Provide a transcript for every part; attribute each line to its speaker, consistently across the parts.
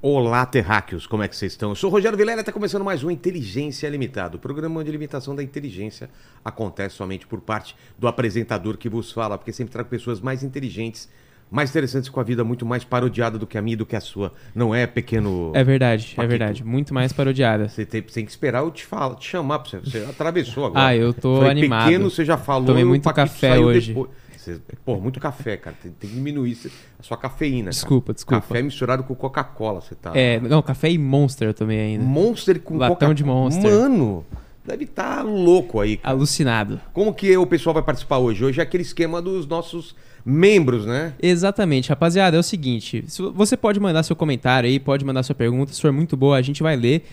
Speaker 1: Olá, terráqueos, como é que vocês estão? Eu sou o Rogério Vilela e está começando mais um Inteligência Limitada, o programa onde a limitação da inteligência acontece somente por parte do apresentador que vos fala, porque sempre trago pessoas mais inteligentes, mais interessantes, com a vida muito mais parodiada do que a minha e do que a sua. Não é, pequeno...
Speaker 2: É verdade, é
Speaker 1: Paquito?
Speaker 2: verdade. Muito mais parodiada.
Speaker 1: Você tem, tem que esperar eu te, falar, te chamar pra você. Você atravessou agora.
Speaker 2: Ah, eu tô
Speaker 1: Falei,
Speaker 2: animado.
Speaker 1: pequeno, você já falou.
Speaker 2: Tomei
Speaker 1: e o
Speaker 2: muito
Speaker 1: Paquito
Speaker 2: café
Speaker 1: saiu
Speaker 2: hoje.
Speaker 1: depois. Você- pô, muito café, cara. Tem, tem que diminuir esse- a sua cafeína. cara.
Speaker 2: Desculpa, desculpa.
Speaker 1: Café misturado com Coca-Cola, você tá.
Speaker 2: É, não, café e Monster eu tomei ainda.
Speaker 1: Monster com
Speaker 2: Latão
Speaker 1: Coca-Cola.
Speaker 2: de Monster.
Speaker 1: Mano, deve estar louco aí. cara.
Speaker 2: Alucinado.
Speaker 1: Como que o pessoal vai participar hoje? Hoje é aquele esquema dos nossos membros, né?
Speaker 2: Exatamente, rapaziada, é o seguinte, se- você pode mandar seu comentário aí, pode mandar sua pergunta, se for muito boa, a gente vai ler.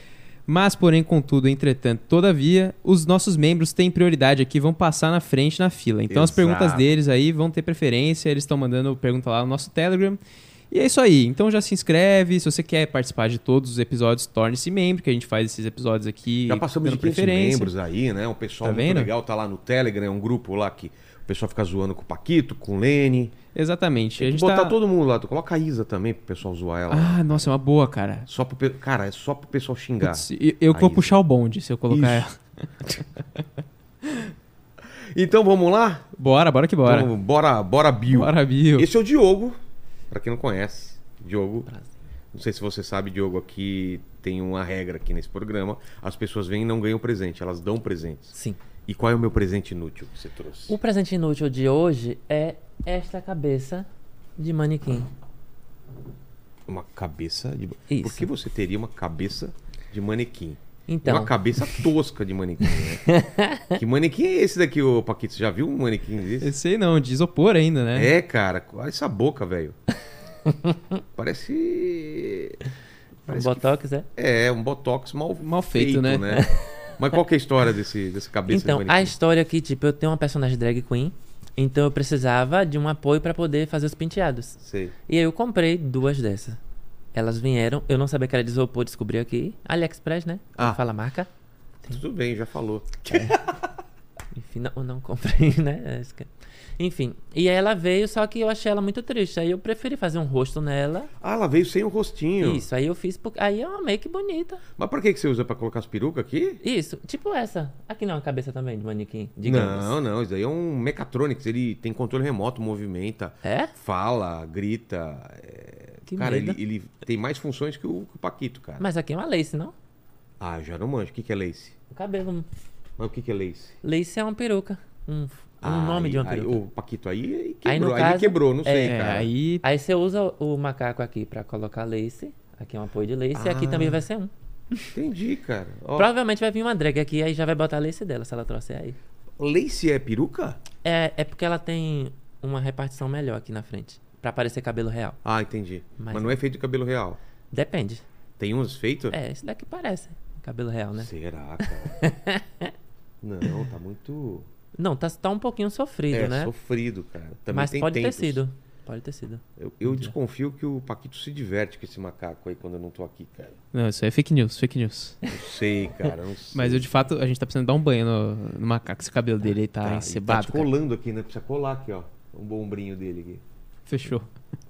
Speaker 2: Mas, porém, contudo, entretanto, todavia, os nossos membros têm prioridade aqui, vão passar na frente na fila. Então as
Speaker 1: Exato.
Speaker 2: perguntas deles aí vão ter preferência, eles estão mandando pergunta lá no nosso Telegram. E é isso aí. Então já se inscreve, se você quer participar de todos os episódios, torne-se membro, que a gente faz esses episódios aqui.
Speaker 1: Já passamos de
Speaker 2: dando
Speaker 1: 500
Speaker 2: preferência.
Speaker 1: membros aí, né? Um pessoal
Speaker 2: Tá
Speaker 1: muito
Speaker 2: vendo?
Speaker 1: legal tá lá no Telegram, é um grupo lá que o pessoal fica zoando com o Paquito, com o Lene.
Speaker 2: Exatamente.
Speaker 1: Tem
Speaker 2: a
Speaker 1: que
Speaker 2: gente
Speaker 1: botar
Speaker 2: tá...
Speaker 1: todo mundo lá. Tu Coloca a Isa também pro pessoal zoar ela.
Speaker 2: Ah, nossa, é uma boa, cara.
Speaker 1: Só pro, pe- cara, é só pro pessoal xingar.
Speaker 2: Putz, e- eu que vou
Speaker 1: Aí,
Speaker 2: puxar o bonde se eu colocar
Speaker 1: Isso.
Speaker 2: ela.
Speaker 1: Então vamos lá?
Speaker 2: Bora, bora que bora.
Speaker 1: Então, bora, bora Bill.
Speaker 2: Bora, Bill.
Speaker 1: Esse é o Diogo, pra quem não conhece. Diogo, não sei se você sabe, Diogo, aqui tem uma regra aqui nesse programa. As pessoas vêm e não ganham presente, elas dão presentes.
Speaker 3: Sim.
Speaker 1: E qual é o meu presente inútil que você trouxe?
Speaker 3: O presente inútil de hoje é esta cabeça de manequim.
Speaker 1: Uma cabeça de...
Speaker 3: Isso.
Speaker 1: Por que você teria uma cabeça de manequim?
Speaker 3: Então,
Speaker 1: Uma cabeça tosca de manequim, né? que manequim é esse daqui, ô Paquito? Você já viu um manequim desse?
Speaker 2: Eu sei não, de isopor ainda, né?
Speaker 1: É, cara, olha essa boca, velho. Parece.
Speaker 3: o
Speaker 1: Parece que-
Speaker 3: Botox é.
Speaker 1: É, um botox mal,
Speaker 2: Mal feito, né?
Speaker 1: Mas qual que é a história desse, dessa cabeça
Speaker 3: Então,
Speaker 1: de
Speaker 3: a
Speaker 1: manequim?
Speaker 3: história aqui, tipo, eu tenho uma personagem drag queen, então eu precisava de um apoio pra poder fazer os penteados.
Speaker 1: Sei.
Speaker 3: E aí eu comprei duas dessas. Elas vieram, eu não sabia que era de isopor, descobri aqui. AliExpress, né?
Speaker 1: Ah.
Speaker 3: Fala a marca.
Speaker 1: Tudo bem, já falou.
Speaker 3: É. Enfim, não, não comprei, né? Esse que- Enfim, e aí ela veio, só que eu achei ela muito triste. Aí eu preferi fazer um rosto nela.
Speaker 1: Ah, ela veio sem o rostinho.
Speaker 3: Isso, aí eu fiz, porque... aí é uma make bonita.
Speaker 1: Mas pra que que você usa pra colocar as perucas aqui?
Speaker 3: Isso, tipo essa. Aqui não é uma cabeça também de manequim, digamos.
Speaker 1: Não, não, isso daí é um mecatronics. Ele tem controle remoto, movimenta,
Speaker 3: É?
Speaker 1: fala, grita. é,
Speaker 3: Que
Speaker 1: cara, ele,
Speaker 3: merda.
Speaker 1: ele tem mais funções que o, que o Paquito, cara.
Speaker 3: Mas aqui é uma lace, não?
Speaker 1: Ah, eu já não manjo. O que, que é lace?
Speaker 3: O cabelo.
Speaker 1: Mas o que, que é lace?
Speaker 3: Lace é uma peruca. Um, um
Speaker 1: Ah,
Speaker 3: nome de uma
Speaker 1: aí,
Speaker 3: peruca. Aí,
Speaker 1: O Paquito aí quebrou.
Speaker 3: Aí,
Speaker 1: Aí,
Speaker 3: no caso,
Speaker 1: quebrou, não sei,
Speaker 2: É,
Speaker 1: cara.
Speaker 2: aí
Speaker 3: você usa o o macaco aqui pra colocar lace. Aqui é um apoio de lace. E aqui
Speaker 1: Ah.
Speaker 3: também vai ser um.
Speaker 1: Entendi, cara. Ó,
Speaker 3: Provavelmente vai vir uma drag aqui, aí já vai botar a lace dela, se ela trouxer aí.
Speaker 1: Lace é peruca?
Speaker 3: É, é porque ela tem uma repartição melhor aqui na frente. Pra parecer cabelo real.
Speaker 1: Ah, entendi. Mas,
Speaker 3: Mas-
Speaker 1: não é feito de cabelo real.
Speaker 3: Depende.
Speaker 1: Tem uns feitos?
Speaker 3: É, esse daqui parece cabelo real, né?
Speaker 1: Será, cara? não, tá muito.
Speaker 3: Não, tá, tá um pouquinho sofrido,
Speaker 1: é,
Speaker 3: né?
Speaker 1: sofrido, cara. Também
Speaker 3: Mas
Speaker 1: tem
Speaker 3: pode
Speaker 1: tempos.
Speaker 3: ter sido. Pode ter sido.
Speaker 1: Eu, eu desconfio que o Paquito se diverte com esse macaco aí quando eu não tô aqui, cara.
Speaker 2: Não, isso é fake news, fake news.
Speaker 1: Não sei, cara. Não sei.
Speaker 2: Mas eu, de fato, a gente tá precisando dar um banho no, no macaco. Esse cabelo dele aí tá
Speaker 3: ah,
Speaker 1: Tá, ele tá
Speaker 2: encebado.
Speaker 1: te
Speaker 2: cara.
Speaker 1: colando aqui, né? Precisa colar aqui, ó. Um bombrinho dele aqui.
Speaker 2: Fechou.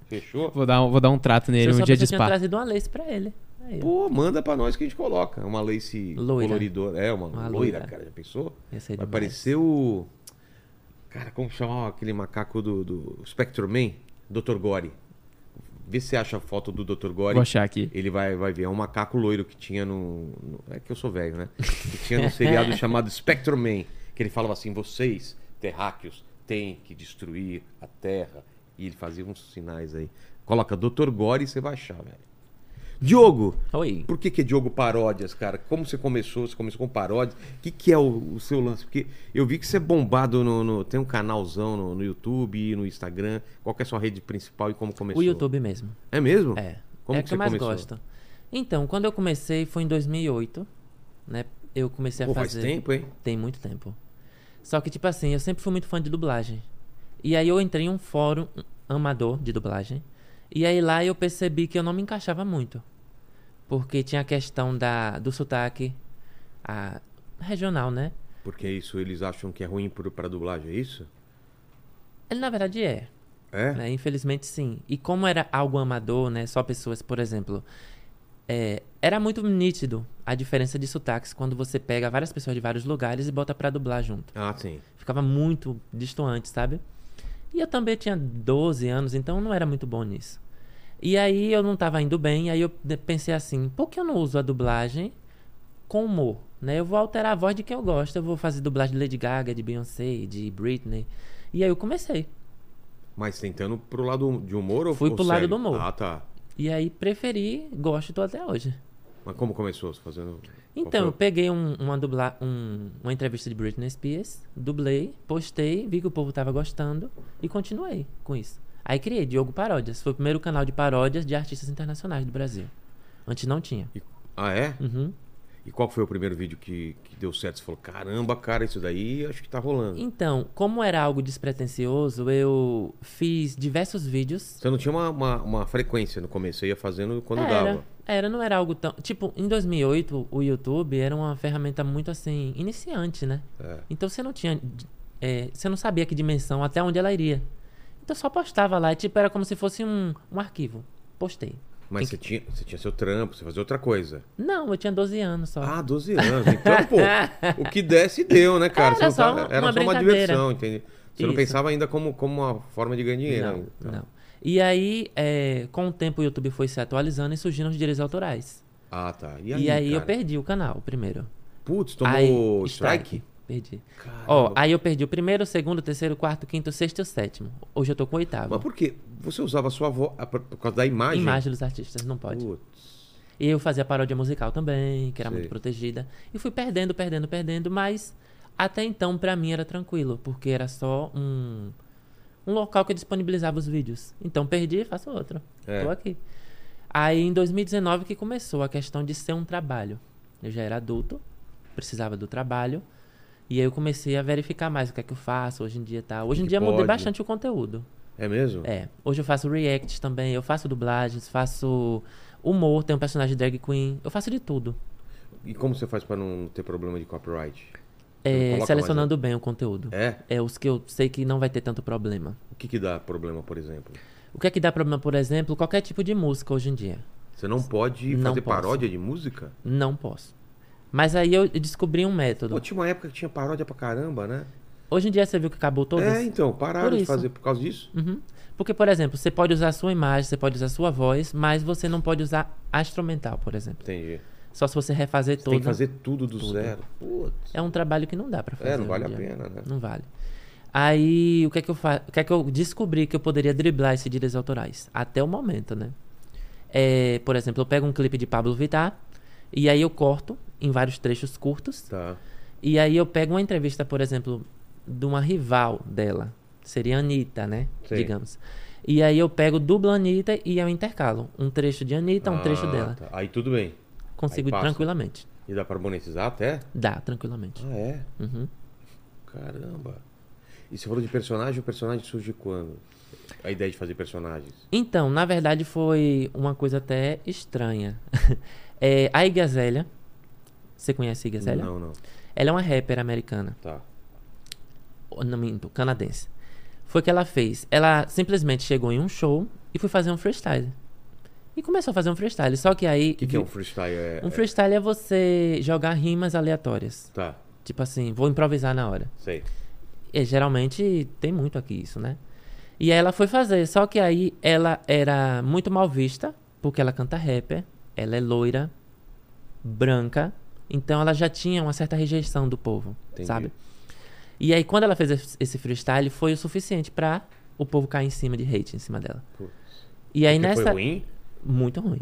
Speaker 1: Fechou?
Speaker 2: Vou dar, um, vou dar um trato
Speaker 3: Se eu
Speaker 2: nele um
Speaker 3: soubesse,
Speaker 2: dia de
Speaker 3: eu tinha
Speaker 2: spa.
Speaker 3: trazido uma lace pra ele. Aí, ó.
Speaker 1: Pô, manda pra nós que a gente coloca. É Uma lace
Speaker 3: Loira.
Speaker 1: coloridora. É, uma,
Speaker 3: Uma
Speaker 1: loira,
Speaker 3: loira.
Speaker 1: cara. Já pensou?
Speaker 3: Ia ser
Speaker 1: Vai
Speaker 3: demais.
Speaker 1: parecer o. Cara, como chamar aquele macaco do, do Spectrum Man? Dr. Gore. Vê se você acha a foto do Dr. Gore.
Speaker 2: Vou achar aqui.
Speaker 1: Ele vai, vai ver. É um macaco loiro que tinha no, no- É que eu sou velho, né? Que tinha num seriado chamado Spectrum Man. Que ele falava assim: vocês, terráqueos, têm que destruir a Terra. E ele fazia uns sinais aí. Coloca Dr. Gore e você vai achar, velho. Diogo,
Speaker 3: Oi.
Speaker 1: por que, que é Diogo Paródias, cara? Como você começou? Você começou com paródias? O que, que é o, o seu lance? Porque eu vi que você é bombado no. no- tem um canalzão no, no YouTube, no Instagram. Qual que é a sua rede principal e como começou?
Speaker 3: O YouTube mesmo.
Speaker 1: É mesmo?
Speaker 3: É.
Speaker 1: Como
Speaker 3: é
Speaker 1: que
Speaker 3: que
Speaker 1: você
Speaker 3: eu mais
Speaker 1: começou?
Speaker 3: gosto. Então, quando eu comecei foi em 2008, né? Eu comecei a
Speaker 1: Pô, faz
Speaker 3: fazer.
Speaker 1: tempo, hein?
Speaker 3: Tem muito tempo. Só que tipo assim, eu sempre fui muito fã de dublagem. E aí eu entrei em um fórum amador de dublagem. E aí lá eu percebi que eu não me encaixava muito. Porque tinha a questão da do sotaque a regional, né?
Speaker 1: Porque isso eles acham que é ruim pro- pra dublagem, é isso?
Speaker 3: Ele na verdade é.
Speaker 1: É?
Speaker 3: né? Infelizmente, sim. E como era algo amador, né? Só pessoas, por exemplo, é, era muito nítido a diferença de sotaques quando você pega várias pessoas de vários lugares e bota pra dublar junto.
Speaker 1: Ah, sim.
Speaker 3: Ficava muito distoante, sabe? E eu também tinha 12 anos, então não era muito bom nisso. E aí eu não tava indo bem, aí eu de- pensei assim, por que eu não uso a dublagem com humor? Né? Eu vou alterar a voz de quem eu gosto, eu vou fazer dublagem de Lady Gaga, de Beyoncé, de Britney. E aí eu comecei.
Speaker 1: Mas tentando pro lado de humor ou
Speaker 3: Fui
Speaker 1: ou
Speaker 3: pro lado
Speaker 1: sério?
Speaker 3: do humor.
Speaker 1: Ah, tá.
Speaker 3: E aí preferi, gosto e tô até hoje.
Speaker 1: Mas como começou você fazendo.
Speaker 3: Então, eu
Speaker 1: qual foi?
Speaker 3: peguei um- uma, dubla, um- uma entrevista de Britney Spears, dublei, postei, vi que o povo tava gostando e continuei com isso. Aí criei Diogo Paródias. Foi o primeiro canal de paródias de artistas internacionais do Brasil. Antes não tinha.
Speaker 1: E- Ah, é?
Speaker 3: Uhum.
Speaker 1: E qual foi o primeiro vídeo que, que deu certo? Você falou, caramba, cara, isso daí acho que tá rolando.
Speaker 3: Então, como era algo despretensioso, eu fiz diversos vídeos.
Speaker 1: Você não tinha uma, uma, uma frequência no começo, você ia fazendo quando
Speaker 3: era,
Speaker 1: dava.
Speaker 3: era, não era algo tão. Tipo, em 2008, o YouTube era uma ferramenta muito assim, iniciante, né?
Speaker 1: É.
Speaker 3: Então você não tinha. é, você não sabia que dimensão, até onde ela iria. Então só postava lá, e, tipo, era como se fosse um, um arquivo. Postei.
Speaker 1: Mas você tinha, você tinha seu trampo, você fazia outra coisa.
Speaker 3: Não, eu tinha 12 anos só.
Speaker 1: Ah, 12 anos. Então, pô, o que desse, deu, né, cara?
Speaker 3: Era
Speaker 1: Você não
Speaker 3: só
Speaker 1: tava-
Speaker 3: uma
Speaker 1: era só uma
Speaker 3: brincadeira.
Speaker 1: diversão, entende? Você não
Speaker 3: Isso.
Speaker 1: pensava ainda como, como uma forma de ganhar dinheiro. ainda.
Speaker 3: não, não. E aí, é, com o tempo, o YouTube foi se atualizando e surgiram os direitos autorais.
Speaker 1: Ah, tá. E
Speaker 3: E
Speaker 1: aí,
Speaker 3: aí, eu
Speaker 1: cara?
Speaker 3: perdi o canal primeiro.
Speaker 1: Putz,
Speaker 3: Aí,
Speaker 1: tomou strike?
Speaker 3: Perdi.
Speaker 1: Caramba.
Speaker 3: Ó, aí eu perdi o primeiro, o segundo, o terceiro, o quarto, o quinto, o sexto e o sétimo. Hoje eu tô com o oitavo.
Speaker 1: Mas por quê? Você usava a sua voz ah, por, por causa da imagem?
Speaker 3: Imagem dos artistas, não pode.
Speaker 1: Putz.
Speaker 3: E eu fazia paródia musical também, que era
Speaker 1: Sei.
Speaker 3: muito protegida. E fui perdendo, perdendo, perdendo, mas até então pra mim era tranquilo, porque era só um, um local que disponibilizava os vídeos. Então perdi, faço outro.
Speaker 1: É.
Speaker 3: Tô aqui. Aí em 2019 que começou a questão de ser um trabalho. Eu já era adulto, precisava do trabalho. E aí eu comecei a verificar mais o que é que eu faço hoje em dia e tal. Hoje em
Speaker 1: que
Speaker 3: dia eu mudei
Speaker 1: pode.
Speaker 3: bastante o conteúdo.
Speaker 1: É mesmo?
Speaker 3: É, hoje eu faço reacts também, eu faço dublagens, faço humor, tenho um personagem drag queen, eu faço de tudo.
Speaker 1: E como você faz pra não ter problema de copyright?
Speaker 3: É,
Speaker 1: Você não coloca
Speaker 3: selecionando bem o conteúdo.
Speaker 1: mais- É?
Speaker 3: É os que eu sei que não vai ter tanto problema.
Speaker 1: O que que dá problema, por exemplo?
Speaker 3: O que é que dá problema, por exemplo, qualquer tipo de música hoje em dia?
Speaker 1: Você não pode
Speaker 3: Não
Speaker 1: fazer
Speaker 3: posso.
Speaker 1: paródia de música?
Speaker 3: Não posso. Mas aí eu descobri um método.
Speaker 1: Pô, tinha uma época que tinha paródia pra caramba, né?
Speaker 3: Hoje em dia você viu que acabou todas?
Speaker 1: É, então, pararam
Speaker 3: Por
Speaker 1: de
Speaker 3: isso.
Speaker 1: fazer por causa disso?
Speaker 3: Uhum. Porque, por exemplo, você pode usar a sua imagem, você pode usar a sua voz, mas você não pode usar a instrumental, por exemplo.
Speaker 1: Entendi.
Speaker 3: Só se você refazer
Speaker 1: Você
Speaker 3: toda.
Speaker 1: tem que fazer tudo do zero. Putz.
Speaker 3: É um trabalho que não dá pra fazer.
Speaker 1: É, não vale a
Speaker 3: hoje em dia.
Speaker 1: pena, né?
Speaker 3: Não vale. Aí, o que é que eu fa... o que é que eu descobri que eu poderia driblar esses direitos autorais? Até o momento, né? É, por exemplo, eu pego um clipe de Pablo Vittar e aí eu corto em vários trechos curtos.
Speaker 1: Tá.
Speaker 3: E aí eu pego uma entrevista, por exemplo, de uma rival dela. Seria a Anitta, né?
Speaker 1: Sim.
Speaker 3: Digamos. E aí eu pego dupla Anitta e eu intercalo. Um trecho de Anitta, um trecho
Speaker 1: Ah,
Speaker 3: dela.
Speaker 1: tá. Aí tudo bem.
Speaker 3: Consigo
Speaker 1: Aí passa.
Speaker 3: tranquilamente.
Speaker 1: E dá pra monetizar até?
Speaker 3: Dá, tranquilamente.
Speaker 1: Ah, é?
Speaker 3: Uhum.
Speaker 1: Caramba. E você falou de personagem, o personagem surge quando? A ideia de fazer personagens.
Speaker 3: Então, na verdade, foi uma coisa até estranha. É, a Igazélia. Você conhece a Igazélia?
Speaker 1: Não, não.
Speaker 3: Ela é uma rapper americana.
Speaker 1: Tá.
Speaker 3: Ou, Não minto, canadense. Foi o que ela fez. Ela simplesmente chegou em um show e foi fazer um freestyle. E começou a fazer um freestyle. Só que aí.
Speaker 1: O que, que é um freestyle? É,
Speaker 3: Um freestyle é você jogar rimas aleatórias.
Speaker 1: é- Tá,
Speaker 3: Tipo assim, vou improvisar na hora.
Speaker 1: sei.
Speaker 3: E É, geralmente tem muito aqui isso, né? E aí ela foi fazer, só que aí ela era muito mal vista, porque ela canta rapper, ela é loira, branca, então ela já tinha uma certa rejeição do povo,
Speaker 1: Entendi.
Speaker 3: sabe? E aí quando ela fez es- esse freestyle, foi o suficiente pra o povo cair em cima de hate em cima dela.
Speaker 1: Putz.
Speaker 3: E aí
Speaker 1: Porque
Speaker 3: nessa
Speaker 1: Foi ruim?
Speaker 3: muito ruim.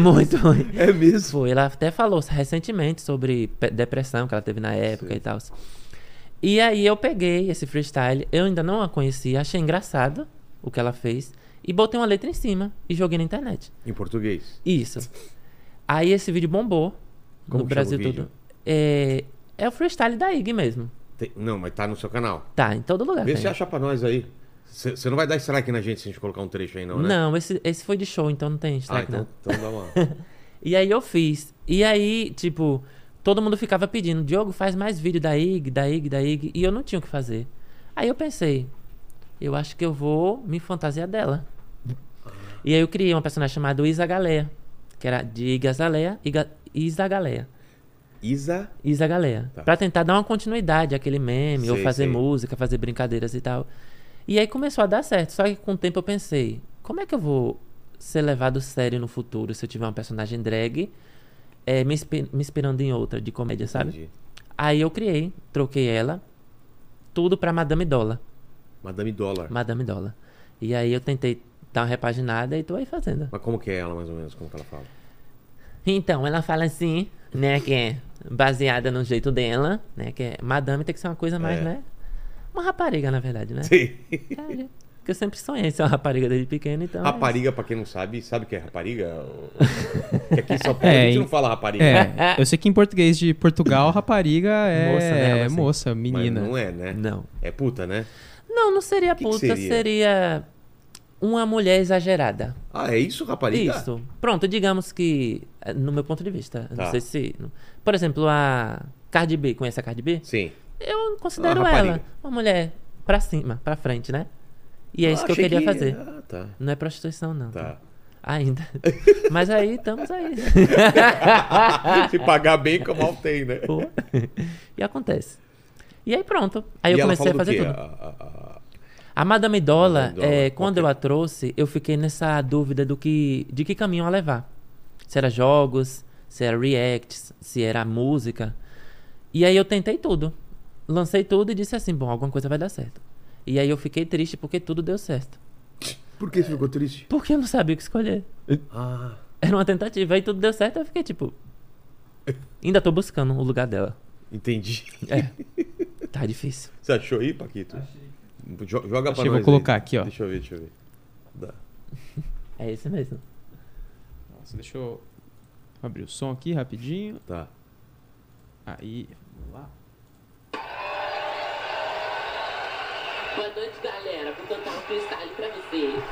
Speaker 3: muito ruim.
Speaker 1: É mesmo.
Speaker 3: Foi, ela até falou recentemente sobre pe- depressão que ela teve na época
Speaker 1: Sim.
Speaker 3: e tal. E aí eu peguei esse freestyle, eu ainda não a conhecia, achei engraçado o que ela fez e botei uma letra em cima e joguei na internet.
Speaker 1: Em português.
Speaker 3: Isso. Aí esse vídeo bombou
Speaker 1: Como
Speaker 3: no
Speaker 1: que chama
Speaker 3: Brasil
Speaker 1: o vídeo?
Speaker 3: todo. É, é o freestyle da IG mesmo.
Speaker 1: Tem- Não, mas tá no seu canal.
Speaker 3: Tá, em todo lugar.
Speaker 1: Vê
Speaker 3: tem.
Speaker 1: se acha pra nós aí. Você não vai dar strike na gente se a gente colocar um trecho aí, não, né?
Speaker 3: Não, esse, esse foi de show, então não tem
Speaker 1: Ah,
Speaker 3: strike,
Speaker 1: então,
Speaker 3: não.
Speaker 1: então dá uma.
Speaker 3: E aí eu fiz. E aí, tipo, todo mundo ficava pedindo, Diogo, faz mais vídeo da IG, da IG, da IG. E eu não tinha o que fazer. Aí eu pensei, eu acho que eu vou me fantasiar dela. E aí eu criei uma personagem chamada Isa Galea, que era de Igazaleia e Ga- Isagaleia.
Speaker 1: Isa.
Speaker 3: Isa Galea.
Speaker 1: Tá.
Speaker 3: Pra tentar dar uma continuidade àquele meme, ou
Speaker 1: Sei,
Speaker 3: fazer
Speaker 1: sei.
Speaker 3: música, fazer brincadeiras e tal. E aí começou a dar certo. Só que com o tempo eu pensei, como é que eu vou ser levado sério no futuro se eu tiver uma personagem drag eh, me, inspi- me inspirando em outra de comédia, sabe?
Speaker 1: Entendi.
Speaker 3: Aí eu criei, troquei ela, tudo pra Madame Dola.
Speaker 1: Madame Dollar.
Speaker 3: Madame Dola. E aí eu tentei dar uma repaginada e tô aí fazendo.
Speaker 1: Mas como que é ela, mais ou menos? Como que ela fala?
Speaker 3: Então, ela fala assim, né, que é baseada no jeito dela, né, que é madame tem que ser uma coisa mais,
Speaker 1: É.
Speaker 3: né? Uma rapariga, na verdade, né?
Speaker 1: Sim.
Speaker 3: Cara, que eu sempre sonhei em ser uma rapariga desde pequeno, então... é
Speaker 1: Rapariga, pra quem não sabe, sabe o que é rapariga? que aqui em São Paulo
Speaker 2: É,
Speaker 1: a gente
Speaker 2: em-
Speaker 1: não fala rapariga. né?
Speaker 2: É, eu sei que em português de Portugal, rapariga é
Speaker 3: Moça, né? Algo
Speaker 2: é
Speaker 3: assim.
Speaker 2: moça,
Speaker 1: Mas
Speaker 2: menina.
Speaker 1: não é, né?
Speaker 3: isso. Não.
Speaker 1: É puta, né?
Speaker 3: Não, não seria
Speaker 1: Que que
Speaker 3: puta,
Speaker 1: seria?
Speaker 3: seria? uma mulher exagerada.
Speaker 1: Ah, é isso, rapariga?
Speaker 3: Isso. Pronto, digamos que, eh, no meu ponto de vista, eu
Speaker 1: Tá.
Speaker 3: não sei se... Por exemplo, a Cardi B, conhece a Cardi B?
Speaker 1: Sim.
Speaker 3: Eu considero
Speaker 1: Uma rapariga.
Speaker 3: ela uma mulher pra cima, pra frente, né? E é isso
Speaker 1: Ah,
Speaker 3: que eu
Speaker 1: achei
Speaker 3: queria fazer.
Speaker 1: Ah, tá.
Speaker 3: Não é prostituição, não.
Speaker 1: Tá.
Speaker 3: Ainda. Mas aí, estamos aí.
Speaker 1: Tá. Se pagar bem, que mal tem, né?
Speaker 3: Pô. E acontece. E aí, pronto. Aí
Speaker 1: e
Speaker 3: eu
Speaker 1: ela
Speaker 3: comecei
Speaker 1: fala
Speaker 3: a fazer
Speaker 1: do quê?
Speaker 3: tudo.
Speaker 1: A- a- a-
Speaker 3: A Madame Dola,
Speaker 1: Madame Dola,
Speaker 3: é,
Speaker 1: qual
Speaker 3: quando
Speaker 1: que é?
Speaker 3: eu a trouxe, eu fiquei nessa dúvida do que, de que caminho a levar. Se era jogos, se era reacts, se era música. E aí eu tentei tudo. Lancei tudo e disse assim, bom, alguma coisa vai dar certo. E aí eu fiquei triste porque tudo deu certo.
Speaker 1: Por que você ficou triste?
Speaker 3: Porque eu não sabia o que escolher.
Speaker 1: Ah,
Speaker 3: Era uma tentativa. Aí tudo deu certo, eu fiquei tipo... Ainda tô buscando o lugar dela.
Speaker 1: entendi.
Speaker 3: Tá difícil.
Speaker 1: Você achou aí, Paquito? Jo- Joga pra
Speaker 2: Achei,
Speaker 1: nós
Speaker 2: vou
Speaker 1: aí.
Speaker 2: colocar aqui, ó.
Speaker 1: Deixa eu ver, deixa eu ver. Dá.
Speaker 3: É esse mesmo.
Speaker 2: Nossa, deixa eu abrir o som aqui rapidinho.
Speaker 1: Tá.
Speaker 2: Aí, vamos lá.
Speaker 4: Boa noite, galera. Vou cantar um freestyle pra vocês.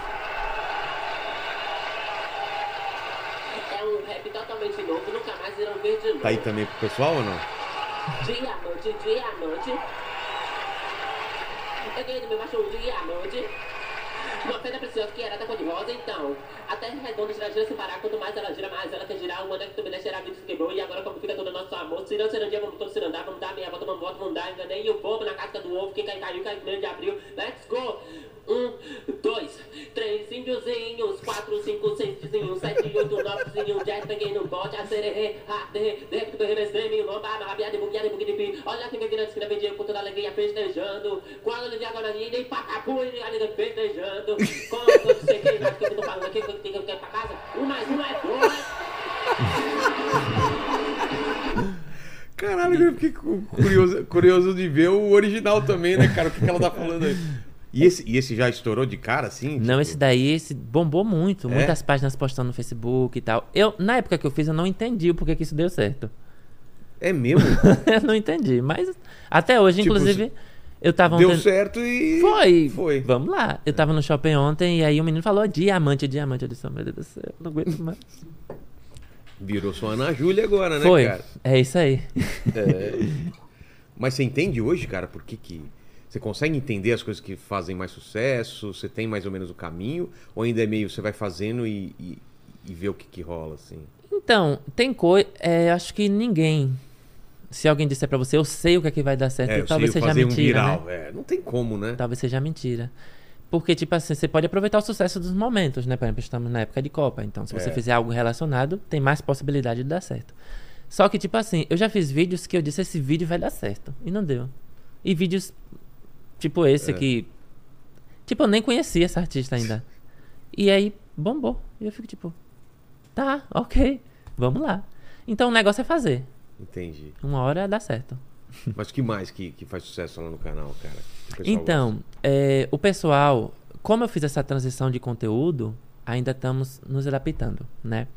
Speaker 4: É um rap totalmente novo, nunca mais irão ver de novo.
Speaker 1: Tá aí também pro pessoal ou não?
Speaker 4: Dia à noite, dia à noite. Eu ganhei do meu macho um dia à noite. Uma pedra preciosa que era da cor de rosa, então. A terra é redonda gira, gira sem parar. Quanto mais ela gira, mais ela quer girar. Uma que também deixará vida se quebrou. E agora, como fica todo o nosso amor? Se não, se não dia, vamos todos se andar. Vamos dar minha volta, vamos volta, vamos dar. Enganei o bobo na casca do ovo. Quem cai, caiu, caiu grande abril. Let's go! Um, dois, três índiozinhos. Quatro, cinco, seis vizinhos. Sete, oito, nove vizinhos. Jazz, peguei no bote. A sererê, a derre, deve que revestei. Minha lomba, rabiada, bugueada, bugueada. Olha quem vem grande, que na vendia com toda alegria festejando. Quando ele agora ninguém nem pacapu, ele ainda festejando. Como eu sei que mais que eu tô falando aqui, que eu tenho que eu quero pra casa. Um mais um é dois.
Speaker 1: Caralho, eu fiquei cu- curioso, curioso de ver o original também, né, cara? O que, que ela tá falando aí? E esse, e esse já estourou de cara, assim?
Speaker 3: Não,
Speaker 1: Tipo,
Speaker 3: esse daí esse bombou muito.
Speaker 1: É?
Speaker 3: Muitas páginas postando no Facebook e tal. Eu, na época que eu fiz, eu não entendi o porquê que isso deu certo.
Speaker 1: É mesmo?
Speaker 3: eu não entendi. Mas até hoje,
Speaker 1: Tipo,
Speaker 3: inclusive, eu tava
Speaker 1: Deu
Speaker 3: ontem-
Speaker 1: certo e...
Speaker 3: Foi.
Speaker 1: Foi.
Speaker 3: Vamos lá. Eu tava no shopping ontem e aí o menino falou diamante, diamante. Eu disse, oh, meu Deus do céu, eu não aguento mais.
Speaker 1: Virou sua Ana Júlia agora, né,
Speaker 3: Foi.
Speaker 1: cara?
Speaker 3: É isso aí.
Speaker 1: É. Mas você entende hoje, cara, por que que... Você consegue entender as coisas que fazem mais sucesso? Você tem mais ou menos o caminho? Ou ainda é meio você vai fazendo e, e, e vê o que que rola, assim?
Speaker 3: Então, tem coisa. acho que ninguém. Se alguém disser pra você, eu sei o que é que vai dar certo,
Speaker 1: É, eu
Speaker 3: talvez
Speaker 1: sei
Speaker 3: seja
Speaker 1: fazer um
Speaker 3: mentira. né? Tá.
Speaker 1: viral, é. Não tem como, né?
Speaker 3: Talvez seja mentira. Porque, tipo assim, você pode aproveitar o sucesso dos momentos, né? Por exemplo, estamos na época de Copa. Então, se você
Speaker 1: É.
Speaker 3: fizer algo relacionado, tem mais possibilidade de dar certo. Só que, tipo assim, eu já fiz vídeos que eu disse, esse vídeo vai dar certo. E não deu. E vídeos tipo esse que... Tipo, eu nem conhecia essa artista ainda. E aí, bombou. E eu fico tipo, tá, ok, vamos lá. Então, o negócio é fazer.
Speaker 1: Entendi.
Speaker 3: Uma hora dá certo.
Speaker 1: Mas o que mais que, que faz sucesso lá no canal, cara? Que o pessoal
Speaker 3: Então, é, o pessoal, como eu fiz essa transição de conteúdo, ainda estamos nos adaptando, né?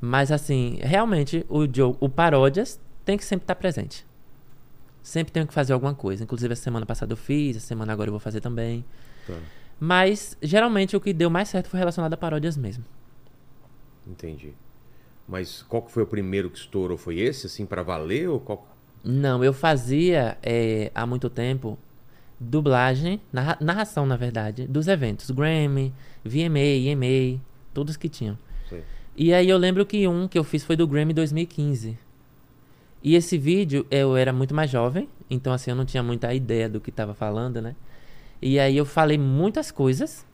Speaker 3: Mas assim, realmente o jogo, o paródias tem que sempre estar presente. Sempre tenho que fazer alguma coisa. Inclusive a semana passada eu fiz, a semana agora eu vou fazer também.
Speaker 1: gosta? Tá,
Speaker 3: Mas geralmente o que deu mais certo foi relacionado a paródias mesmo.
Speaker 1: entendi. Mas qual que foi o primeiro que estourou? Foi esse, assim, pra valer? Ou qual...
Speaker 3: Não, eu fazia é, há muito tempo dublagem, narra- narração na verdade, dos eventos Grammy, VMA, EMA, todos que tinham.
Speaker 1: Sei.
Speaker 3: E aí eu lembro que um que eu fiz foi do Grammy 2015. E esse vídeo eu era muito mais jovem, então assim eu não tinha muita ideia do que estava falando, né? E aí eu falei muitas coisas